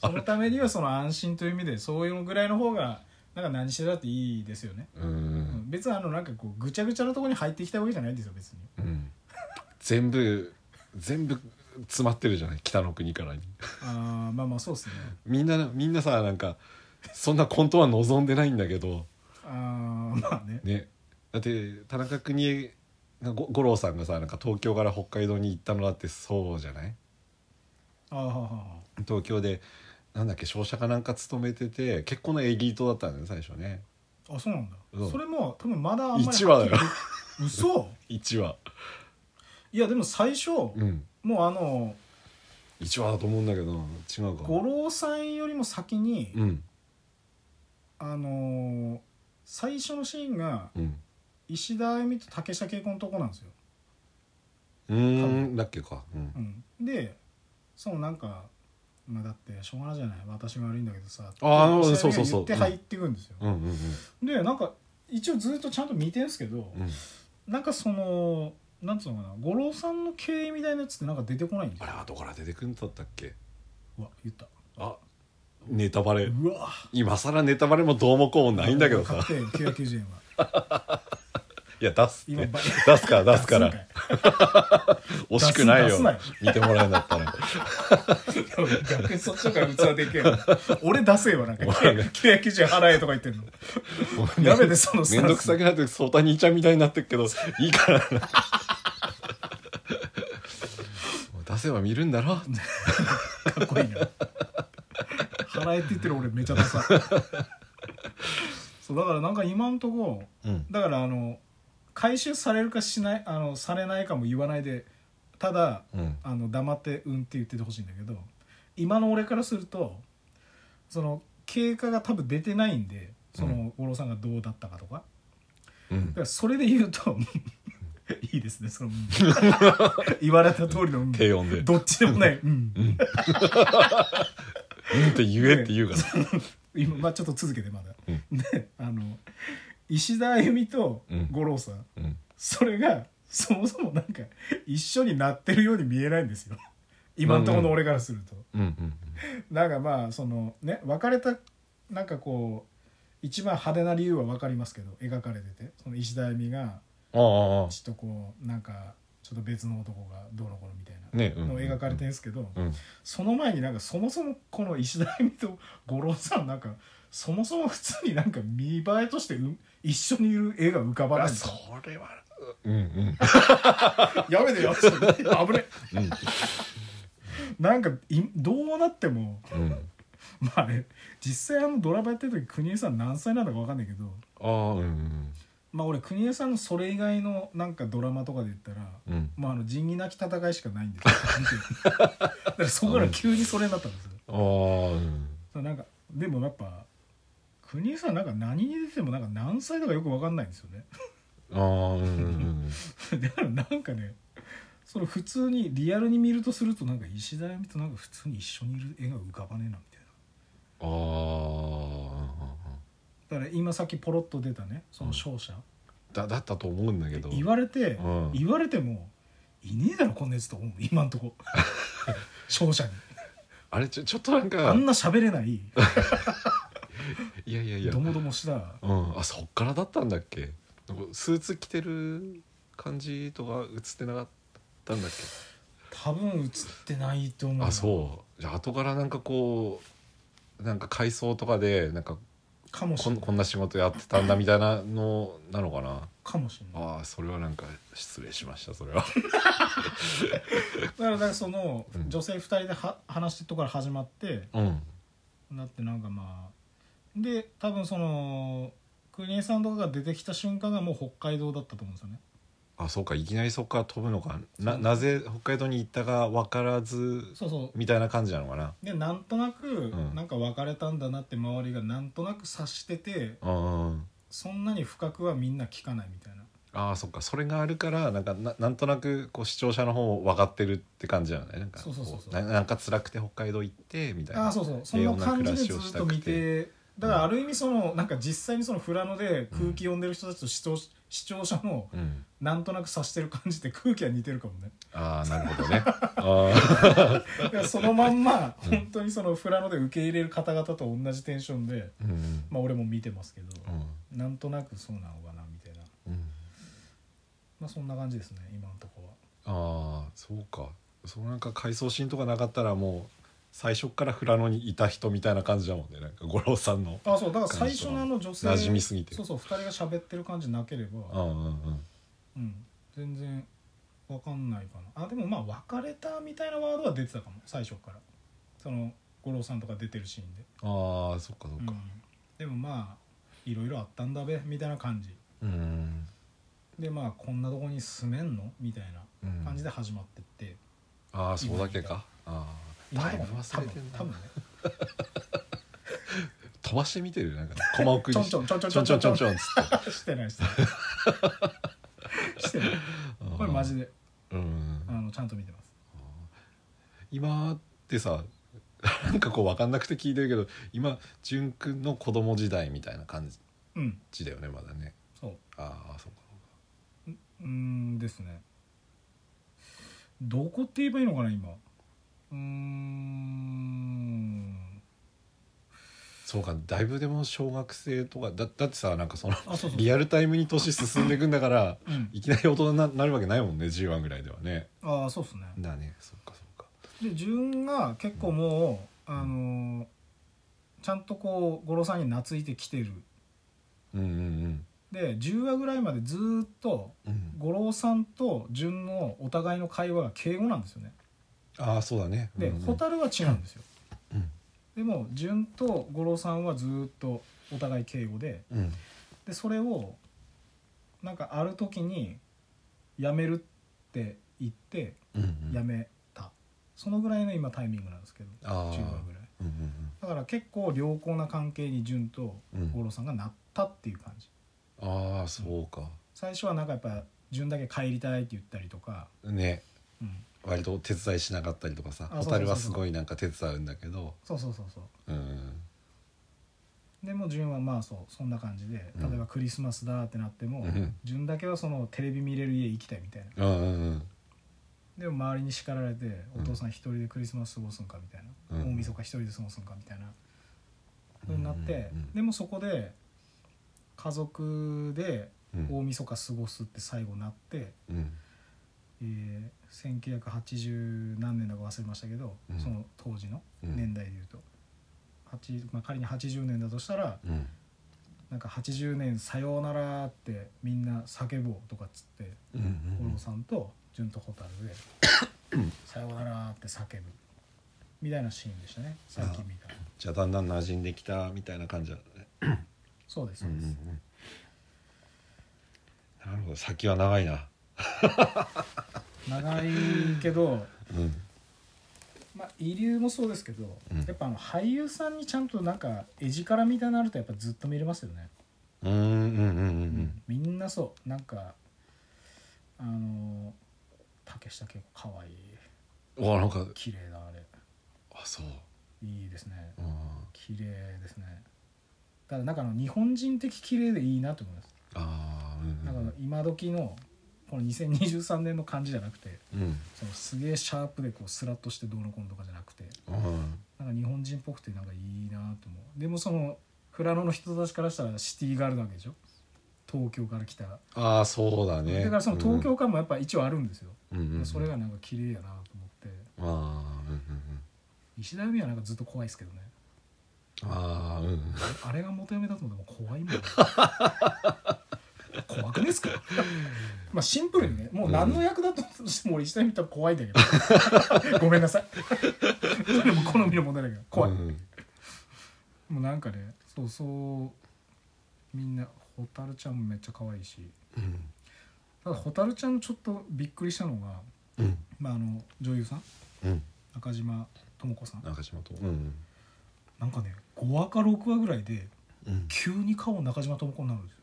[SPEAKER 2] そのためにはその安心という意味でそういうぐらいの方がなんか何してだっていいですよね、
[SPEAKER 1] うんうん
[SPEAKER 2] 別にあのなんかこうぐちゃぐちゃのところに入ってきたわけじゃないんですよ別に
[SPEAKER 1] うん全部全部詰まってるじゃない北の国からに
[SPEAKER 2] あーまあまあそうですね
[SPEAKER 1] みんなみんなさなんかそんな混沌は望んでないんだけど
[SPEAKER 2] あーまあね
[SPEAKER 1] ねだって田中邦衛がご五郎さんがさなんか東京から北海道に行ったのだってそうじゃない
[SPEAKER 2] あーはーは
[SPEAKER 1] 東京でなんだっけ商社かなんか勤めてて結構のエリートだったんだよね最初ね
[SPEAKER 2] ーはーあそうなんだ
[SPEAKER 1] うん
[SPEAKER 2] それも多分まだあんまり
[SPEAKER 1] 一話だよ
[SPEAKER 2] はっきり嘘
[SPEAKER 1] 1話
[SPEAKER 2] いやでも最初
[SPEAKER 1] うん
[SPEAKER 2] もうあの
[SPEAKER 1] 1話だと思うんだけどな違うか
[SPEAKER 2] 五郎さんよりも先に、
[SPEAKER 1] うん
[SPEAKER 2] あのー最初のシーンが
[SPEAKER 1] うん
[SPEAKER 2] 石田あゆみと竹下恵子のとこなんですよ、
[SPEAKER 1] うーんだっけかうん
[SPEAKER 2] うん、でそのなんかまあだってしょうがないじゃない私が悪いんだけどさ
[SPEAKER 1] あー
[SPEAKER 2] って
[SPEAKER 1] そうそうそう
[SPEAKER 2] 言って入ってくんですよ、
[SPEAKER 1] うんうん
[SPEAKER 2] でなんか一応ずっとちゃんと見てるんですけど、
[SPEAKER 1] うんうん
[SPEAKER 2] なんかそのなんつうのかな五郎さんの経緯みたいなやつってなんか出てこないんです
[SPEAKER 1] あ
[SPEAKER 2] よ
[SPEAKER 1] れはどこから出てくんだったっけ
[SPEAKER 2] うわ言った
[SPEAKER 1] あネタバレ
[SPEAKER 2] うわ
[SPEAKER 1] 今更ネタバレもどうもこうもないんだけどさ
[SPEAKER 2] 確定990円はい
[SPEAKER 1] や出すって
[SPEAKER 2] 今バレ
[SPEAKER 1] 出すから出すから
[SPEAKER 2] 出んい
[SPEAKER 1] 惜しくない
[SPEAKER 2] 出
[SPEAKER 1] よ
[SPEAKER 2] すな
[SPEAKER 1] 見てもらえんだったら
[SPEAKER 2] 逆にそっちの方が器でけえわ 俺出せえわなんか990円払えとか言ってんのやめてそのス
[SPEAKER 1] め
[SPEAKER 2] タンス
[SPEAKER 1] んどくさくなってソータ兄ちゃんみたいになってるけどいいからなもう出せば見るんだろ
[SPEAKER 2] かっこいいな払えって言ってる俺めちゃダサいそうだからなんか今んとこ
[SPEAKER 1] うん
[SPEAKER 2] だからあの回収されるかしないあのされないかも言わないでただ
[SPEAKER 1] うん
[SPEAKER 2] あの黙って「うん」って言っててほしいんだけど今の俺からするとその経過が多分出てないんでその五郎さんがどうだったかとか、
[SPEAKER 1] うん
[SPEAKER 2] だからそれで言うと いいですねその、うん 言われた通りの、うん
[SPEAKER 1] 低音で
[SPEAKER 2] どっちでもない、うん
[SPEAKER 1] うんって言えって言うから
[SPEAKER 2] 今、まあ、ちょっと続けてまだ、
[SPEAKER 1] うん
[SPEAKER 2] であの石田あゆみと五郎さん、
[SPEAKER 1] うん
[SPEAKER 2] それがそもそもなんか一緒になってるように見えないんです よ今のところの俺からすると、
[SPEAKER 1] うんうん
[SPEAKER 2] なんかまあそのね別れたなんかこう一番派手な理由は分かりますけど描かれててその石田あゆみが
[SPEAKER 1] あああ
[SPEAKER 2] ちょっとこうなんかちょっと別の男がどうのこうのみたい
[SPEAKER 1] あねう
[SPEAKER 2] なんのを描かれてるんですけど、
[SPEAKER 1] うん
[SPEAKER 2] その前になんかそもそもこの石田あゆみと五郎さんなんかそもそも普通になんか見栄えとしてう一緒にいる絵が浮かばない
[SPEAKER 1] あ
[SPEAKER 2] んです
[SPEAKER 1] そ
[SPEAKER 2] よ
[SPEAKER 1] れはうんうん
[SPEAKER 2] やめてよ危ね
[SPEAKER 1] うん
[SPEAKER 2] なんかいどうなっても
[SPEAKER 1] うん
[SPEAKER 2] まあね実際あのドラマやってる時国枝さん何歳なのか分かんないけど
[SPEAKER 1] ああうん
[SPEAKER 2] まあ俺国枝さんのそれ以外のなんかドラマとかで言ったら、
[SPEAKER 1] うんうん
[SPEAKER 2] まあ、あの仁義なき戦いしかないんですよ見てるだからそこから急にそれになったんですよ
[SPEAKER 1] ああうん
[SPEAKER 2] そうなんかでもやっぱ国枝さんなんか何に出てもなんか何歳とかよく分かんないんですよね
[SPEAKER 1] ああうんうん
[SPEAKER 2] だからなんかねその普通にリアルに見るとするとなんか石田亜矢美となんか普通に一緒にいる絵が浮かばねえなみたいな
[SPEAKER 1] ああ
[SPEAKER 2] だから今さっきポロッと出たねその勝者、
[SPEAKER 1] だだったと思うんだけど
[SPEAKER 2] 言われて、
[SPEAKER 1] うん
[SPEAKER 2] 言われてもいねえだろこんなやつと思う今んと こ勝者に
[SPEAKER 1] あれちょちょっとなん
[SPEAKER 2] あ
[SPEAKER 1] か
[SPEAKER 2] んな喋れない
[SPEAKER 1] いやいやいや
[SPEAKER 2] どもどもした
[SPEAKER 1] うん、あそっからだったんだっけなんかスーツ着てる感じとか映ってなかったんだっけ、
[SPEAKER 2] 多分映ってないと思う
[SPEAKER 1] あそうじゃあ後からなんかこうなんか改装とかでなんか
[SPEAKER 2] かもし
[SPEAKER 1] こ
[SPEAKER 2] れ
[SPEAKER 1] ん
[SPEAKER 2] ない
[SPEAKER 1] こんな仕事やってたんだみたいなのなのかな
[SPEAKER 2] かもしれない
[SPEAKER 1] ああそれはなんか失礼しましたそ れは
[SPEAKER 2] だからだからその
[SPEAKER 1] うん
[SPEAKER 2] 女性2人では話してるとこから始まって
[SPEAKER 1] うん
[SPEAKER 2] だってなんかまあで多分その国枝さんとかが出てきた瞬間がもう北海道だったと思うんですよね
[SPEAKER 1] あそうかいきなりそこから飛ぶのかな
[SPEAKER 2] そう
[SPEAKER 1] なぜ北海道に行ったか分からず
[SPEAKER 2] そうそう
[SPEAKER 1] みたいな感じなのかな
[SPEAKER 2] でなんとなく、
[SPEAKER 1] ん
[SPEAKER 2] なんか別れたんだなって周りがなんとなく察してて
[SPEAKER 1] うんうんうん
[SPEAKER 2] そんなに深くはみんな聞かないみたいな
[SPEAKER 1] ああそっかそれがあるからなんかななんとなくこう視聴者の方も分かってるって感じなのねなんか
[SPEAKER 2] そうそうそう
[SPEAKER 1] こ
[SPEAKER 2] そう
[SPEAKER 1] ななんか辛くて北海道行ってみたいな
[SPEAKER 2] ああそうそうそんな感じでずっと見てだからある意味そのなんか実際にその富良野で空気読んでる人たちと視聴,、視聴者の
[SPEAKER 1] うん、
[SPEAKER 2] なんとなく察してる感じって空気は似てるかもね
[SPEAKER 1] ああなるほ どねあ
[SPEAKER 2] だからそのまんま本当にその富良野で受け入れる方々と同じテンションで
[SPEAKER 1] あ、うん
[SPEAKER 2] まあ俺も見てますけど、
[SPEAKER 1] うん
[SPEAKER 2] なんとなくそうなのかなみたいな
[SPEAKER 1] うん、
[SPEAKER 2] まあそんな感じですね今のところは
[SPEAKER 1] ああそうかそのなんか回想シーンとかなかったらもう最初から富良野にいた人みたいな感じだもんねなんか五郎さんの
[SPEAKER 2] あそうだから最初のあの女性
[SPEAKER 1] 馴染みすぎて
[SPEAKER 2] そうそう2人が喋ってる感じなければ
[SPEAKER 1] うんうんうん
[SPEAKER 2] うん、全然わかんないかなあでもまあ別れたみたいなワードは出てたかも最初からその五郎さんとか出てるシーンで、
[SPEAKER 1] ああそっかそっ
[SPEAKER 2] うん
[SPEAKER 1] か、
[SPEAKER 2] でもまあいろいろあったんだべみたいな感じ
[SPEAKER 1] うん
[SPEAKER 2] でまあこんなとこに住めんのみたいな
[SPEAKER 1] うん
[SPEAKER 2] 感じで始まってって、
[SPEAKER 1] ああそうだっけかああ
[SPEAKER 2] 今
[SPEAKER 1] だ
[SPEAKER 2] と
[SPEAKER 1] いぶ
[SPEAKER 2] かも多
[SPEAKER 1] 忘れ
[SPEAKER 2] 分
[SPEAKER 1] てんな
[SPEAKER 2] 多分ね
[SPEAKER 1] 飛ばしてみてるなんか駒送りし
[SPEAKER 2] ちょんちょんちょん
[SPEAKER 1] ちょんちょんちょんちょんつって
[SPEAKER 2] してないしてないしてないこれマジ
[SPEAKER 1] で
[SPEAKER 2] で
[SPEAKER 1] うんうん
[SPEAKER 2] あのちゃんと見てます
[SPEAKER 1] 今ってさなんかこう分かんなくて聞いてるけど今純くんの子供時代みたいな感
[SPEAKER 2] うん
[SPEAKER 1] じだよねまだね
[SPEAKER 2] そう
[SPEAKER 1] ああそうか
[SPEAKER 2] うーんですねどこって言えばいいのかな今うーん
[SPEAKER 1] そうかだいぶでも小学生とかだだってさなんかその
[SPEAKER 2] あそうそう
[SPEAKER 1] リアルタイムに年進んでいくんだから
[SPEAKER 2] うん、
[SPEAKER 1] いきなり大人にななるわけないもんね10ぐらいではね
[SPEAKER 2] ああそうですね
[SPEAKER 1] だねそうかそうか
[SPEAKER 2] で自分が結構もう、あのーちゃんとこう五郎さんに懐いてきてる
[SPEAKER 1] うんうん
[SPEAKER 2] で10話ぐらいまでずーっと
[SPEAKER 1] うんうん
[SPEAKER 2] 五郎さんと順のお互いの会話が敬語なんですよね
[SPEAKER 1] ああそうだね
[SPEAKER 2] で
[SPEAKER 1] うんうん
[SPEAKER 2] 蛍は違うんですよ、
[SPEAKER 1] うん
[SPEAKER 2] でも順と五郎さんはずーっとお互い敬語で
[SPEAKER 1] うん
[SPEAKER 2] でそれをなんかある時に辞めるって言って
[SPEAKER 1] うんうん
[SPEAKER 2] 辞めた、そのぐらいの今タイミングなんですけど
[SPEAKER 1] ああ
[SPEAKER 2] 中話ぐらい
[SPEAKER 1] うんうん
[SPEAKER 2] だから結構良好な関係に潤と
[SPEAKER 1] うん
[SPEAKER 2] 五郎さんがなったっていう感じ
[SPEAKER 1] うんああそうか
[SPEAKER 2] 最初はなんかやっぱ潤だけ帰りたいって言ったりとか、
[SPEAKER 1] ね
[SPEAKER 2] うん、
[SPEAKER 1] 割と手伝いしなかったりとかさ
[SPEAKER 2] あそうそうそうそう
[SPEAKER 1] 蛍はすごいなんか手伝うんだけど
[SPEAKER 2] そうそうそうそう
[SPEAKER 1] うん
[SPEAKER 2] でも潤はまあそうそんな感じで
[SPEAKER 1] う
[SPEAKER 2] 例
[SPEAKER 1] ん
[SPEAKER 2] えばクリスマスだってなっても、
[SPEAKER 1] うん
[SPEAKER 2] 潤だけはそのテレビ見れる家行きたいみたいな
[SPEAKER 1] うんうん
[SPEAKER 2] でも周りに叱られて
[SPEAKER 1] う
[SPEAKER 2] お
[SPEAKER 1] ん
[SPEAKER 2] 父さん一人でクリスマス過ごすんかみたいな、
[SPEAKER 1] うん
[SPEAKER 2] 大晦日一人で過ごすんかみたいな
[SPEAKER 1] うん
[SPEAKER 2] ふうになって、
[SPEAKER 1] うん
[SPEAKER 2] でもそこで家族で
[SPEAKER 1] うん
[SPEAKER 2] 大晦日過ごすって最後なって、
[SPEAKER 1] うん
[SPEAKER 2] えー1980何年だか忘れましたけど、
[SPEAKER 1] うん
[SPEAKER 2] その当時の
[SPEAKER 1] うん
[SPEAKER 2] 年代でいうと、八まあ、仮に80年だとしたら
[SPEAKER 1] うん
[SPEAKER 2] なんか80年さようならってみんな叫ぼうとかっつって
[SPEAKER 1] うんうん
[SPEAKER 2] 五郎さんと純と蛍で 「さようなら」って叫ぶみたいなシーンでしたね最近見た
[SPEAKER 1] じゃあだんだん馴染んできたみたいな感じだね
[SPEAKER 2] そうですそうです、
[SPEAKER 1] なるほど先は長いな
[SPEAKER 2] 長いけ ど
[SPEAKER 1] うん
[SPEAKER 2] まあ遺留もそうですけど、
[SPEAKER 1] うん
[SPEAKER 2] やっぱあの俳優さんにちゃんとなんか絵力みたいになのあるとやっぱずっと見れますよね、
[SPEAKER 1] うんうんうんうん
[SPEAKER 2] みんなそうなんかあの竹下結構可愛い
[SPEAKER 1] うんわなんか
[SPEAKER 2] 綺麗だあれ
[SPEAKER 1] あそう
[SPEAKER 2] いいですね
[SPEAKER 1] うん
[SPEAKER 2] 綺麗ですねただなんかあの日本人的綺麗でいいなと思います
[SPEAKER 1] あー
[SPEAKER 2] なんか
[SPEAKER 1] う
[SPEAKER 2] あ
[SPEAKER 1] ん
[SPEAKER 2] の今時のこの2023年の感じじゃなくて
[SPEAKER 1] うん
[SPEAKER 2] そのすげえシャープでこうスラッとしてどうのこうのとかじゃなくて
[SPEAKER 1] うん
[SPEAKER 2] なんか日本人っぽくてなんかいいなと思うでもその富良野の人たちからしたらシティガールなわけでしょ東京から来た、
[SPEAKER 1] ああそうだね
[SPEAKER 2] だからその東京感もやっぱ一応あるんですよ、
[SPEAKER 1] うんうんうん
[SPEAKER 2] それがなんか綺麗やなと思って
[SPEAKER 1] ああうんうん
[SPEAKER 2] 石田ゆみはなんかずっと怖いですけどね
[SPEAKER 1] うんああうん
[SPEAKER 2] あれが元嫁だと思っても怖いもん 怖くないですか まあシンプルにねもう何の役だとしても俺石田ゆみたら怖いんだけ どごめんなさいそれも好みの問題だけど怖い、
[SPEAKER 1] うん
[SPEAKER 2] もうなんかねそうそうみんな蛍ちゃんもめっちゃ可愛いしただ蛍ちゃんちょっとびっくりしたのが、
[SPEAKER 1] うん
[SPEAKER 2] まあ、あの女優さん
[SPEAKER 1] うん
[SPEAKER 2] 中島智子さん
[SPEAKER 1] 中島とうん
[SPEAKER 2] なんかね5話か6話ぐらいで
[SPEAKER 1] うん
[SPEAKER 2] 急に顔中島智子になるんですよ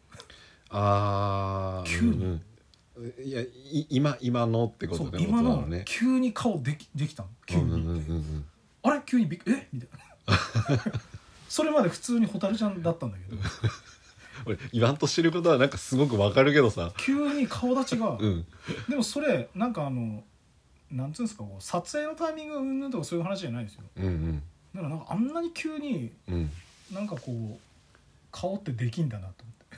[SPEAKER 1] ああ
[SPEAKER 2] 急に
[SPEAKER 1] いやい今今のってこ
[SPEAKER 2] そ
[SPEAKER 1] と
[SPEAKER 2] う
[SPEAKER 1] ね
[SPEAKER 2] 今
[SPEAKER 1] 大人
[SPEAKER 2] の
[SPEAKER 1] ね
[SPEAKER 2] 急に顔できできたの急に、
[SPEAKER 1] うんうんうんうん
[SPEAKER 2] あれ急にびっくえみたいな それまで普通に蛍ちゃんだったんだけど
[SPEAKER 1] 俺言わんとしてることはなんかすごくわかるけどさ
[SPEAKER 2] 急に顔立ちが、
[SPEAKER 1] うん
[SPEAKER 2] でもそれなんかあのなんつうんですかこう撮影のタイミングがうんぬんとかそういう話じゃないんですよ
[SPEAKER 1] うんうん
[SPEAKER 2] だからなんかあんなに急に
[SPEAKER 1] うん
[SPEAKER 2] なんかこう顔ってできんだなと思って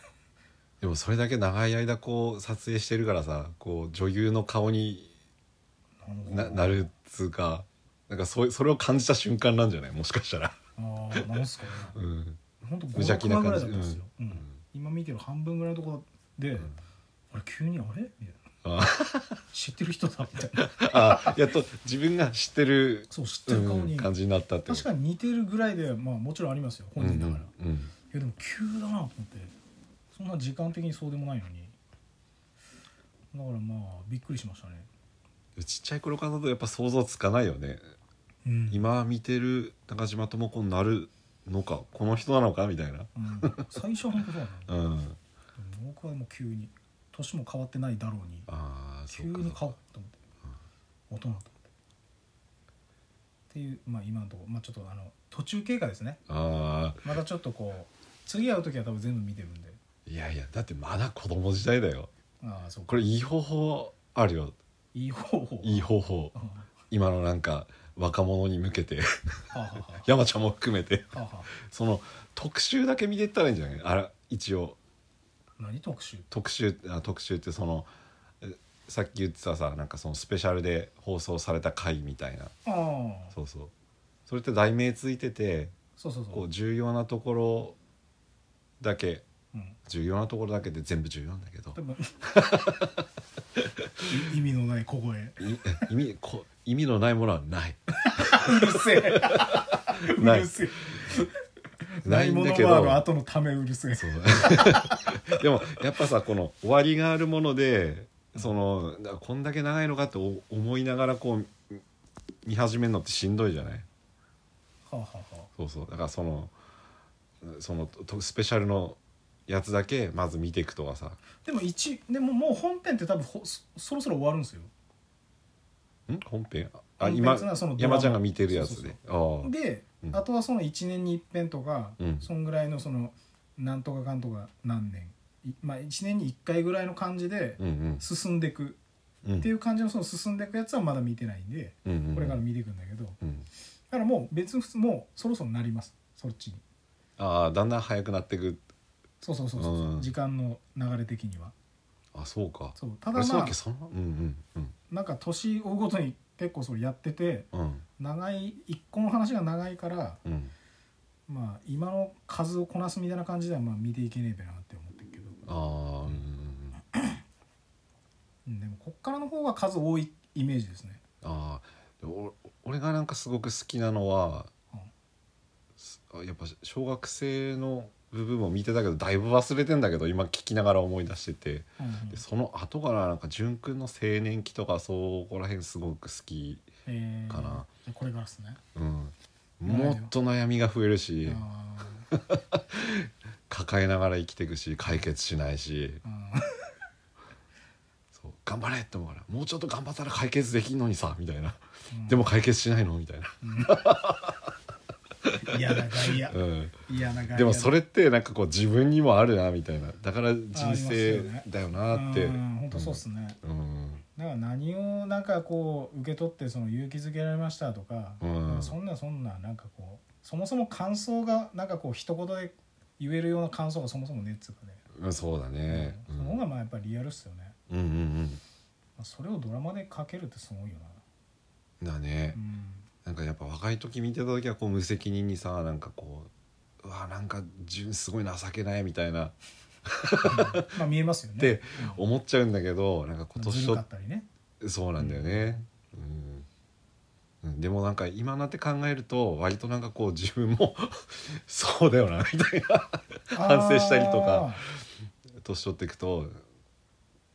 [SPEAKER 1] でもそれだけ長い間こう撮影してるからさこう女優の顔にななるっつうかなんかそうそれを感じた瞬間なんじゃないもしかしたら、
[SPEAKER 2] ああなんすかね
[SPEAKER 1] うん
[SPEAKER 2] 本当
[SPEAKER 1] 無邪気
[SPEAKER 2] 56
[SPEAKER 1] な
[SPEAKER 2] 万
[SPEAKER 1] 感
[SPEAKER 2] ぐらい
[SPEAKER 1] じ
[SPEAKER 2] だったんですよ、うん
[SPEAKER 1] うん
[SPEAKER 2] 今見てる半分ぐらいのところで、
[SPEAKER 1] ん
[SPEAKER 2] あれ急にあれみたいな
[SPEAKER 1] あ
[SPEAKER 2] 知ってる人だみたいな
[SPEAKER 1] あやっと自分が知ってる
[SPEAKER 2] そう知ってる顔
[SPEAKER 1] う
[SPEAKER 2] に、
[SPEAKER 1] ん感じになったって
[SPEAKER 2] 確かに似てるぐらいでまあもちろんありますよ本人だから、い
[SPEAKER 1] うんうん
[SPEAKER 2] やでも急だなと思ってそんな時間的にそうでもないのにだからまあびっくりしましたね、
[SPEAKER 1] うんちっちゃい頃からだとやっぱ想像つかないよね
[SPEAKER 2] うん
[SPEAKER 1] 今見てる中島智子になるのかこの人なのかみたいな
[SPEAKER 2] うん、最初は本当そうな
[SPEAKER 1] う
[SPEAKER 2] の
[SPEAKER 1] ん
[SPEAKER 2] 僕はもう急に年も変わってないだろうに
[SPEAKER 1] ああ
[SPEAKER 2] 急
[SPEAKER 1] そう
[SPEAKER 2] に
[SPEAKER 1] か
[SPEAKER 2] 変
[SPEAKER 1] そう
[SPEAKER 2] わった
[SPEAKER 1] か
[SPEAKER 2] と思って、大人と思ってっていうまあ今のところ、まあ、ちょっとあの途中経過ですね
[SPEAKER 1] あ
[SPEAKER 2] またちょっとこう次会う時は多分全部見てるんで
[SPEAKER 1] あいやいやだってまだ子供時代だよ
[SPEAKER 2] ああそうか
[SPEAKER 1] これいい方法あるよ
[SPEAKER 2] いい方法
[SPEAKER 1] いい方法
[SPEAKER 2] あ
[SPEAKER 1] 今のなんか若者に向けて
[SPEAKER 2] あはあは
[SPEAKER 1] 山ちゃんも含めて
[SPEAKER 2] あはあはあ
[SPEAKER 1] その特集だけ見てったらいいんじゃないあら一応
[SPEAKER 2] 何特集
[SPEAKER 1] 特集あ特集ってそのえさっき言ってたさなんかそのスペシャルで放送された回みたいな
[SPEAKER 2] ああ
[SPEAKER 1] そうそうそれって題名ついてて
[SPEAKER 2] そうそうそ
[SPEAKER 1] こ
[SPEAKER 2] う
[SPEAKER 1] う重要なところだけ
[SPEAKER 2] うん
[SPEAKER 1] 重要なところだけで全部重要なんだけど
[SPEAKER 2] 多分 い意味のない小声う
[SPEAKER 1] い 意味こ意味のないものはない
[SPEAKER 2] るせえ う
[SPEAKER 1] ない
[SPEAKER 2] るせえ
[SPEAKER 1] ないんだけ
[SPEAKER 2] ないもの
[SPEAKER 1] ど
[SPEAKER 2] はの後のためうるせえ
[SPEAKER 1] そう でもやっぱさこの終わりがあるものでそのだこんだけ長いのかってお思いながらこうみ見始めるのってしんどいじゃない
[SPEAKER 2] はあはあは
[SPEAKER 1] そうそうだからそのそのとスペシャルのやつだけまず見ていくとかさ
[SPEAKER 2] あでも一でももう本編って多分ほそそろそろ終わるんですよ
[SPEAKER 1] ん本編あ
[SPEAKER 2] 本編
[SPEAKER 1] 今
[SPEAKER 2] つまりそのドラマ
[SPEAKER 1] 山ちゃんが見てるやつでああ
[SPEAKER 2] で、
[SPEAKER 1] うん
[SPEAKER 2] あとはその1年に一遍とか、
[SPEAKER 1] うん
[SPEAKER 2] そんぐらいのそのなんとかかんとか何年いまあ1年に1回ぐらいの感じで
[SPEAKER 1] うんうん
[SPEAKER 2] 進んでいく
[SPEAKER 1] うん
[SPEAKER 2] っていう感じのその進んでいくやつはまだ見てないんで
[SPEAKER 1] うんうんうん
[SPEAKER 2] これから見ていくんだけどだ
[SPEAKER 1] うん
[SPEAKER 2] からもう別に普通もうそろそろなりますそっちに
[SPEAKER 1] ああだんだん早くなってく
[SPEAKER 2] そうそうそうそう、
[SPEAKER 1] うん
[SPEAKER 2] 時間の流れ的には
[SPEAKER 1] あそうか
[SPEAKER 2] そうた
[SPEAKER 1] あ
[SPEAKER 2] だ
[SPEAKER 1] れそうだ
[SPEAKER 2] ま
[SPEAKER 1] っけそのうんうん
[SPEAKER 2] あなんか年を追うごとに結構それやってて
[SPEAKER 1] うんうん
[SPEAKER 2] 長い一個の話が長いから
[SPEAKER 1] うん
[SPEAKER 2] まあ今の数をこなすみたいな感じではまあ見ていけねえべなって思ってるけど、
[SPEAKER 1] ああうんうんうん
[SPEAKER 2] うん、でもこっからの方が数多いイメージですね
[SPEAKER 1] ああ俺がなんかすごく好きなのは
[SPEAKER 2] うん、
[SPEAKER 1] すあやっぱ小学生の部分も見てたけどだいぶ忘れてんだけど今聞きながら思い出してて
[SPEAKER 2] うんうん
[SPEAKER 1] でその後からなんか淳君の青年期とかそこら辺すごく好き、
[SPEAKER 2] えー
[SPEAKER 1] かな
[SPEAKER 2] じゃあこれからですね
[SPEAKER 1] うん、もっと悩みが増えるし
[SPEAKER 2] あ
[SPEAKER 1] 抱えながら生きていくし解決しないし
[SPEAKER 2] ーあー
[SPEAKER 1] そう頑張れって思うからもうちょっと頑張ったら解決できんのにさみたいな
[SPEAKER 2] う ん
[SPEAKER 1] でも解決しないのみたいな、
[SPEAKER 2] 嫌な外野
[SPEAKER 1] うん、
[SPEAKER 2] 嫌な外野だ
[SPEAKER 1] でもそれってなんかこう自分にもあるなみたいなだから人生だよなって
[SPEAKER 2] うん本当そうっすね
[SPEAKER 1] うん
[SPEAKER 2] だから何をなんかこう受け取ってその勇気づけられましたとか、
[SPEAKER 1] うん
[SPEAKER 2] そんなそんななんかこうそもそも感想がなんかこう一言で言えるような感想がそもそもねえっつうかね、
[SPEAKER 1] うんそうだね
[SPEAKER 2] うんその方がまあやっぱりリアルっすよね、
[SPEAKER 1] うんうんうん
[SPEAKER 2] まあそれをドラマでかけるってすごいよな、
[SPEAKER 1] うんだね なんかやっぱ若い時見てた時はこう無責任にさなんかこううわなんか自分すごい情けないみたいな
[SPEAKER 2] まあ見えますよね
[SPEAKER 1] で
[SPEAKER 2] うん
[SPEAKER 1] 思っちゃうんだけどなんか今年
[SPEAKER 2] ずるか
[SPEAKER 1] と
[SPEAKER 2] ったりね
[SPEAKER 1] そうなんだよねうんうんでもなんか今になって考えると割となんかこう自分も そうだよなみたいな反省したりとか
[SPEAKER 2] あー
[SPEAKER 1] 年取っていくと、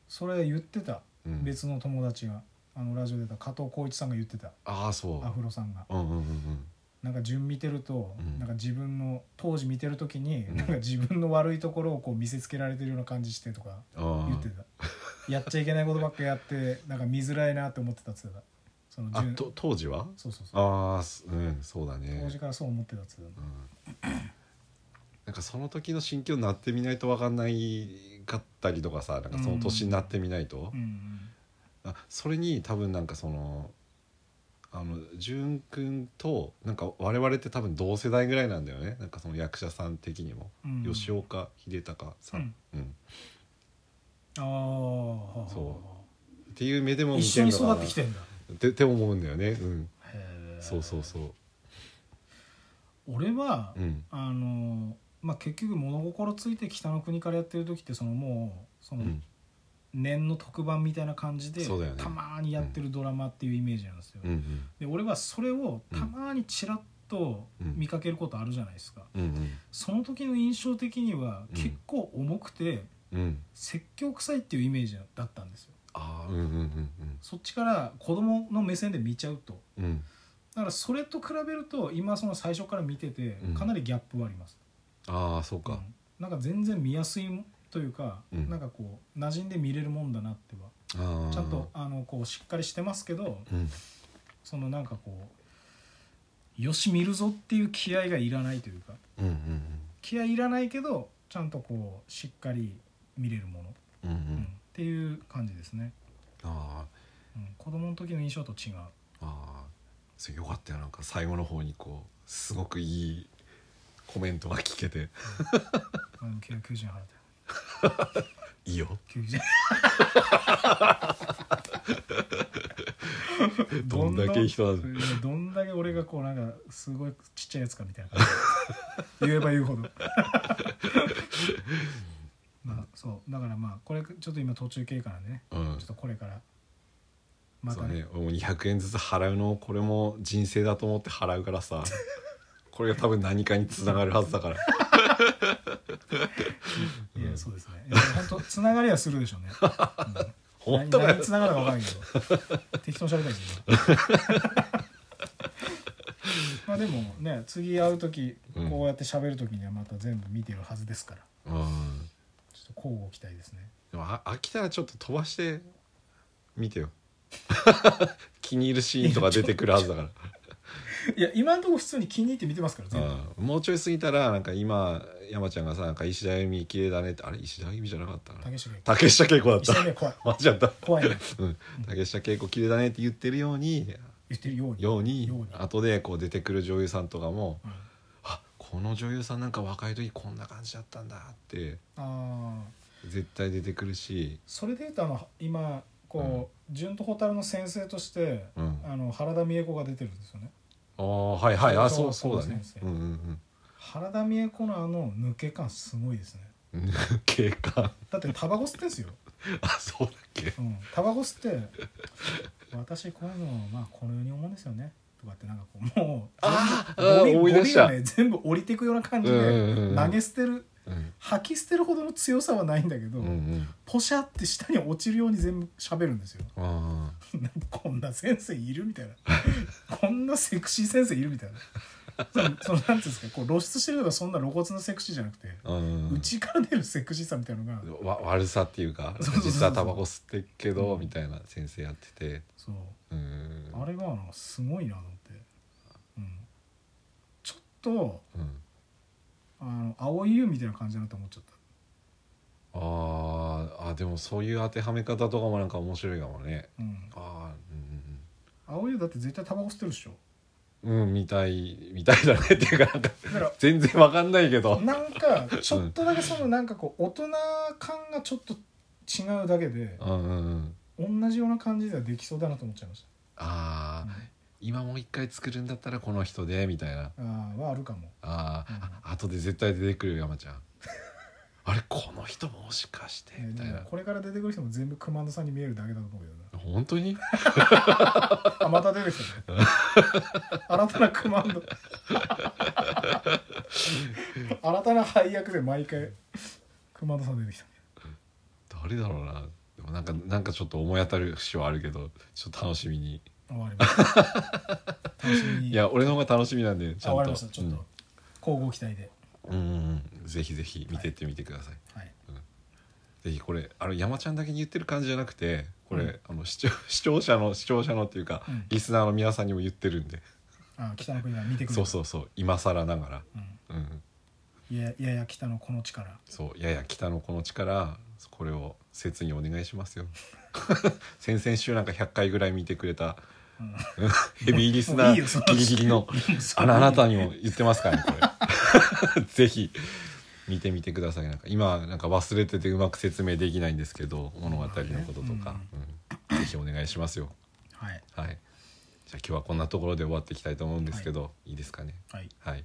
[SPEAKER 2] それ言ってた
[SPEAKER 1] うん、
[SPEAKER 2] 別の友達があのラジオでた加藤浩一さんが言ってた
[SPEAKER 1] ああそう
[SPEAKER 2] アフロさんが
[SPEAKER 1] うんうんうんうん
[SPEAKER 2] なんか順見てると、
[SPEAKER 1] うん
[SPEAKER 2] なんか自分の当時見てる時に、
[SPEAKER 1] うん
[SPEAKER 2] なんか自分の悪いところをこう見せつけられてるような感じしてとか
[SPEAKER 1] あ
[SPEAKER 2] 言ってた、やっちゃいけないことばっかやってなんか見づらいなって思ってたっつってたその
[SPEAKER 1] ああ
[SPEAKER 2] 順
[SPEAKER 1] と当時は
[SPEAKER 2] そうそうそう
[SPEAKER 1] ああすうんそうだね
[SPEAKER 2] 当時からそう思ってたっつって
[SPEAKER 1] うんなんかその時の心境になってみないと分かんないかったりとかさなんかその年になってみないと
[SPEAKER 2] た、、うん
[SPEAKER 1] あそれに多分なんかそのあの淳君となんか我々って多分同世代ぐらいなんだよねなんかその役者さん的にも、
[SPEAKER 2] うん、
[SPEAKER 1] 吉岡秀隆さん、うん
[SPEAKER 2] ああ
[SPEAKER 1] そうっていう目でも見
[SPEAKER 2] 一
[SPEAKER 1] て
[SPEAKER 2] 緒
[SPEAKER 1] る
[SPEAKER 2] に
[SPEAKER 1] のかな
[SPEAKER 2] 育ってきてんだ
[SPEAKER 1] ってって思うんだよねうん
[SPEAKER 2] へー
[SPEAKER 1] そうそうそう
[SPEAKER 2] 俺は、
[SPEAKER 1] うん
[SPEAKER 2] あのまあ結局物心ついて北の国からやってる時ってそのもうそうの
[SPEAKER 1] ん
[SPEAKER 2] 念の特番みたいな感じで、
[SPEAKER 1] そうだよね
[SPEAKER 2] たまーにやってるドラマっていうイメージなんですよ、
[SPEAKER 1] うんうん
[SPEAKER 2] で俺はそれをたまーにちらっと
[SPEAKER 1] うん
[SPEAKER 2] 見かけることあるじゃないですか、
[SPEAKER 1] うん
[SPEAKER 2] その時の印象的には
[SPEAKER 1] うん
[SPEAKER 2] 結構重くて
[SPEAKER 1] うんうん
[SPEAKER 2] 説教臭いっていうイメージだったんですよ
[SPEAKER 1] ああうんうんうん
[SPEAKER 2] そっちから子供の目線で見ちゃうと
[SPEAKER 1] うんうん
[SPEAKER 2] だからそれと比べると今その最初から見てて
[SPEAKER 1] うん
[SPEAKER 2] かなりギャップはあります、
[SPEAKER 1] ああそう
[SPEAKER 2] う
[SPEAKER 1] か
[SPEAKER 2] んなんか全然見やすいというか、
[SPEAKER 1] うん
[SPEAKER 2] なんかこう馴染んで見れるもんだなっては
[SPEAKER 1] ああ
[SPEAKER 2] ちゃんとあのこうしっかりしてますけど
[SPEAKER 1] うん
[SPEAKER 2] そのなんかこうよし見るぞっていう気合がいらないというか
[SPEAKER 1] うんうん
[SPEAKER 2] 気合いらないけどちゃんとこうしっかり見れるもの、
[SPEAKER 1] うんうんう
[SPEAKER 2] うんっ
[SPEAKER 1] ん
[SPEAKER 2] ていう感じですね、
[SPEAKER 1] ああ
[SPEAKER 2] うん、子供の時の印象と違う
[SPEAKER 1] ああそれよかったよなんか最後の方にこうすごくいいコメントが聞けて
[SPEAKER 2] うん90円払っ
[SPEAKER 1] いいよ
[SPEAKER 2] た90 円
[SPEAKER 1] どんだけ人なんだ
[SPEAKER 2] どんどんだけ俺がこうなんかすごいちっちゃいやつかみたいな感じ言えば言 うほどまあそうだからまあこれちょっと今途中経過なんでね
[SPEAKER 1] うん
[SPEAKER 2] ちょっとこれからま
[SPEAKER 1] そ
[SPEAKER 2] た
[SPEAKER 1] う
[SPEAKER 2] ね
[SPEAKER 1] ねもう200円ずつ払うのこれも人生だと思って払うからさこれが多分何かにつながるはずだから
[SPEAKER 2] いやそうですねいや本当つながりはするでしょうね、うん、
[SPEAKER 1] 本当だ
[SPEAKER 2] 何に
[SPEAKER 1] よ
[SPEAKER 2] つながるか分かんないけど適当にしゃべりたいです ねまあでもね次会う時
[SPEAKER 1] うん
[SPEAKER 2] こうやってしゃべる時にはまた全部見てるはずですから
[SPEAKER 1] うん
[SPEAKER 2] ちょっと交互期待ですね
[SPEAKER 1] でもあ飽きたらちょっと飛ばして見 てよ気に入るシーンとか出てくるはずだから
[SPEAKER 2] いや今のところ普通に気に入って見てます から全部
[SPEAKER 1] うんもうちょい過ぎたらなんか今山ちゃんがさなんか石田由美綺麗だねってあれ石田由美じゃなかったな
[SPEAKER 2] 竹下が
[SPEAKER 1] 竹下恵子だっ
[SPEAKER 2] 一
[SPEAKER 1] た
[SPEAKER 2] 緒に怖い
[SPEAKER 1] 間違った
[SPEAKER 2] 怖いな
[SPEAKER 1] うん竹下恵子綺麗だねって言ってるように
[SPEAKER 2] 言ってるように
[SPEAKER 1] ように
[SPEAKER 2] ように
[SPEAKER 1] 後でこう出てくる女優さんとかも
[SPEAKER 2] うん
[SPEAKER 1] あこの女優さんなんか若い時こんな感じだったんだって
[SPEAKER 2] ああ
[SPEAKER 1] 絶対出てくるし、
[SPEAKER 2] それで言うとあの今こう純と蛍の先生として
[SPEAKER 1] うん、あ
[SPEAKER 2] あの原田美恵子が出てるんですよね
[SPEAKER 1] あーはいはいあそう
[SPEAKER 2] そう
[SPEAKER 1] そうだね
[SPEAKER 2] そ
[SPEAKER 1] う
[SPEAKER 2] うそうん
[SPEAKER 1] うん
[SPEAKER 2] 原田美恵子のあの抜け感すごいですね
[SPEAKER 1] うん警官
[SPEAKER 2] だってタバコ吸ってんすよ、
[SPEAKER 1] あそうだっけ
[SPEAKER 2] うん、タバコ吸って「私こういうのまあこのように思うんですよね」とかってなんかこうもう
[SPEAKER 1] あー
[SPEAKER 2] ゴリ
[SPEAKER 1] あー思い出した
[SPEAKER 2] ゴリをね全部降りていくような感じ
[SPEAKER 1] うんうんう
[SPEAKER 2] で
[SPEAKER 1] ん
[SPEAKER 2] 投げ捨てる
[SPEAKER 1] うん
[SPEAKER 2] 吐き捨てるほどの強さはないんだけど、
[SPEAKER 1] うんうん
[SPEAKER 2] ポシャって下に落ちるように全部喋るんですよ
[SPEAKER 1] あ
[SPEAKER 2] なんかこんな先生いるみた いなこんなセクシー先生いるみたいなそのそのなんていうんですかこう露出してるのがそんな露骨なセクシーじゃなくて、
[SPEAKER 1] あうんうん
[SPEAKER 2] 内から出るセクシーさみたいなのが
[SPEAKER 1] わ悪さっていうか
[SPEAKER 2] そうそうそう
[SPEAKER 1] 実はタバコ吸ってっけど
[SPEAKER 2] うん
[SPEAKER 1] みたいな先生やってて
[SPEAKER 2] そう
[SPEAKER 1] うん
[SPEAKER 2] あれがなんかすごいなと思って、うん、ちょっと
[SPEAKER 1] うん
[SPEAKER 2] あの青い優みたいな感じだなと思っちゃった
[SPEAKER 1] あーあでもそういう当てはめ方とかもなんか面白いかもね
[SPEAKER 2] うん、
[SPEAKER 1] ああ
[SPEAKER 2] 青い優だって絶対タバコ吸ってるでしょ
[SPEAKER 1] うんうんうんみたいみたいだねっていうかなんか
[SPEAKER 2] だから
[SPEAKER 1] 全然わかんないけ ど
[SPEAKER 2] なんかちょっとだけそのなんかこう大人感がちょっと違うだけで
[SPEAKER 1] うんうんうん
[SPEAKER 2] 同じような感じではできそうだなと思っちゃいまし
[SPEAKER 1] あ
[SPEAKER 2] た、
[SPEAKER 1] あ
[SPEAKER 2] うん
[SPEAKER 1] 今もう一回作るんだったらこの人でみたいな
[SPEAKER 2] あーはあるかも
[SPEAKER 1] あーあ後で絶対出てくるよ山ちゃんあれこの人もしかして
[SPEAKER 2] ね
[SPEAKER 1] みたい
[SPEAKER 2] で
[SPEAKER 1] な
[SPEAKER 2] もこれから出てくる人も全部熊野さんに見えるだけだと思うけどな
[SPEAKER 1] 本当に
[SPEAKER 2] あまた出てき たね新たなクマンド新たな配役で毎回クマンドさん出てきたね
[SPEAKER 1] 誰だろうなでもなんかなんかちょっと思い当たる節はあるけどちょっと楽しみに
[SPEAKER 2] 終わりました楽しみに
[SPEAKER 1] いや俺の方が楽しみなんでち
[SPEAKER 2] あ
[SPEAKER 1] ゃん
[SPEAKER 2] 終
[SPEAKER 1] と
[SPEAKER 2] わりましたちょっと、交互期待で
[SPEAKER 1] うんうんうんぜひぜひ見てってみてください、
[SPEAKER 2] はい
[SPEAKER 1] ぜひこれあの山ちゃんだけに言ってる感じじゃなくてこれ、
[SPEAKER 2] うん
[SPEAKER 1] あの視聴視聴者の視聴者のっていうか、
[SPEAKER 2] うん
[SPEAKER 1] リスナーの皆さんにも言ってるんで、
[SPEAKER 2] あ北の国が見てくれ
[SPEAKER 1] そうそうそう今更なが
[SPEAKER 2] う
[SPEAKER 1] ら、うん、
[SPEAKER 2] ん、いややや北のこの力
[SPEAKER 1] そうやや北のこの力これを切にお願いしますよ 先々週なんか100回ぐらい見てくれた
[SPEAKER 2] うん
[SPEAKER 1] ヘビーリス
[SPEAKER 2] も
[SPEAKER 1] ナ
[SPEAKER 2] ういいよその
[SPEAKER 1] ーギリギリのあのあなたにも言ってますからねこれ ぜひ見てみてくださいなんか今なんか忘れててうまく説明できないんですけど物語のこととか、うんぜひお願いしますよ
[SPEAKER 2] はい
[SPEAKER 1] はいじゃあ今日はこんなところで終わっていきたいと思うんですけど、い、いですかね
[SPEAKER 2] はい
[SPEAKER 1] はい、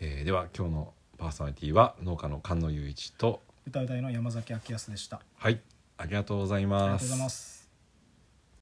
[SPEAKER 1] えーでは今日のパーソナリティは農家の菅野雄一と
[SPEAKER 2] 歌うたいの山崎明康でしたあ
[SPEAKER 1] はいありがとうござい
[SPEAKER 2] りが
[SPEAKER 1] ま
[SPEAKER 2] とう
[SPEAKER 1] す
[SPEAKER 2] ございます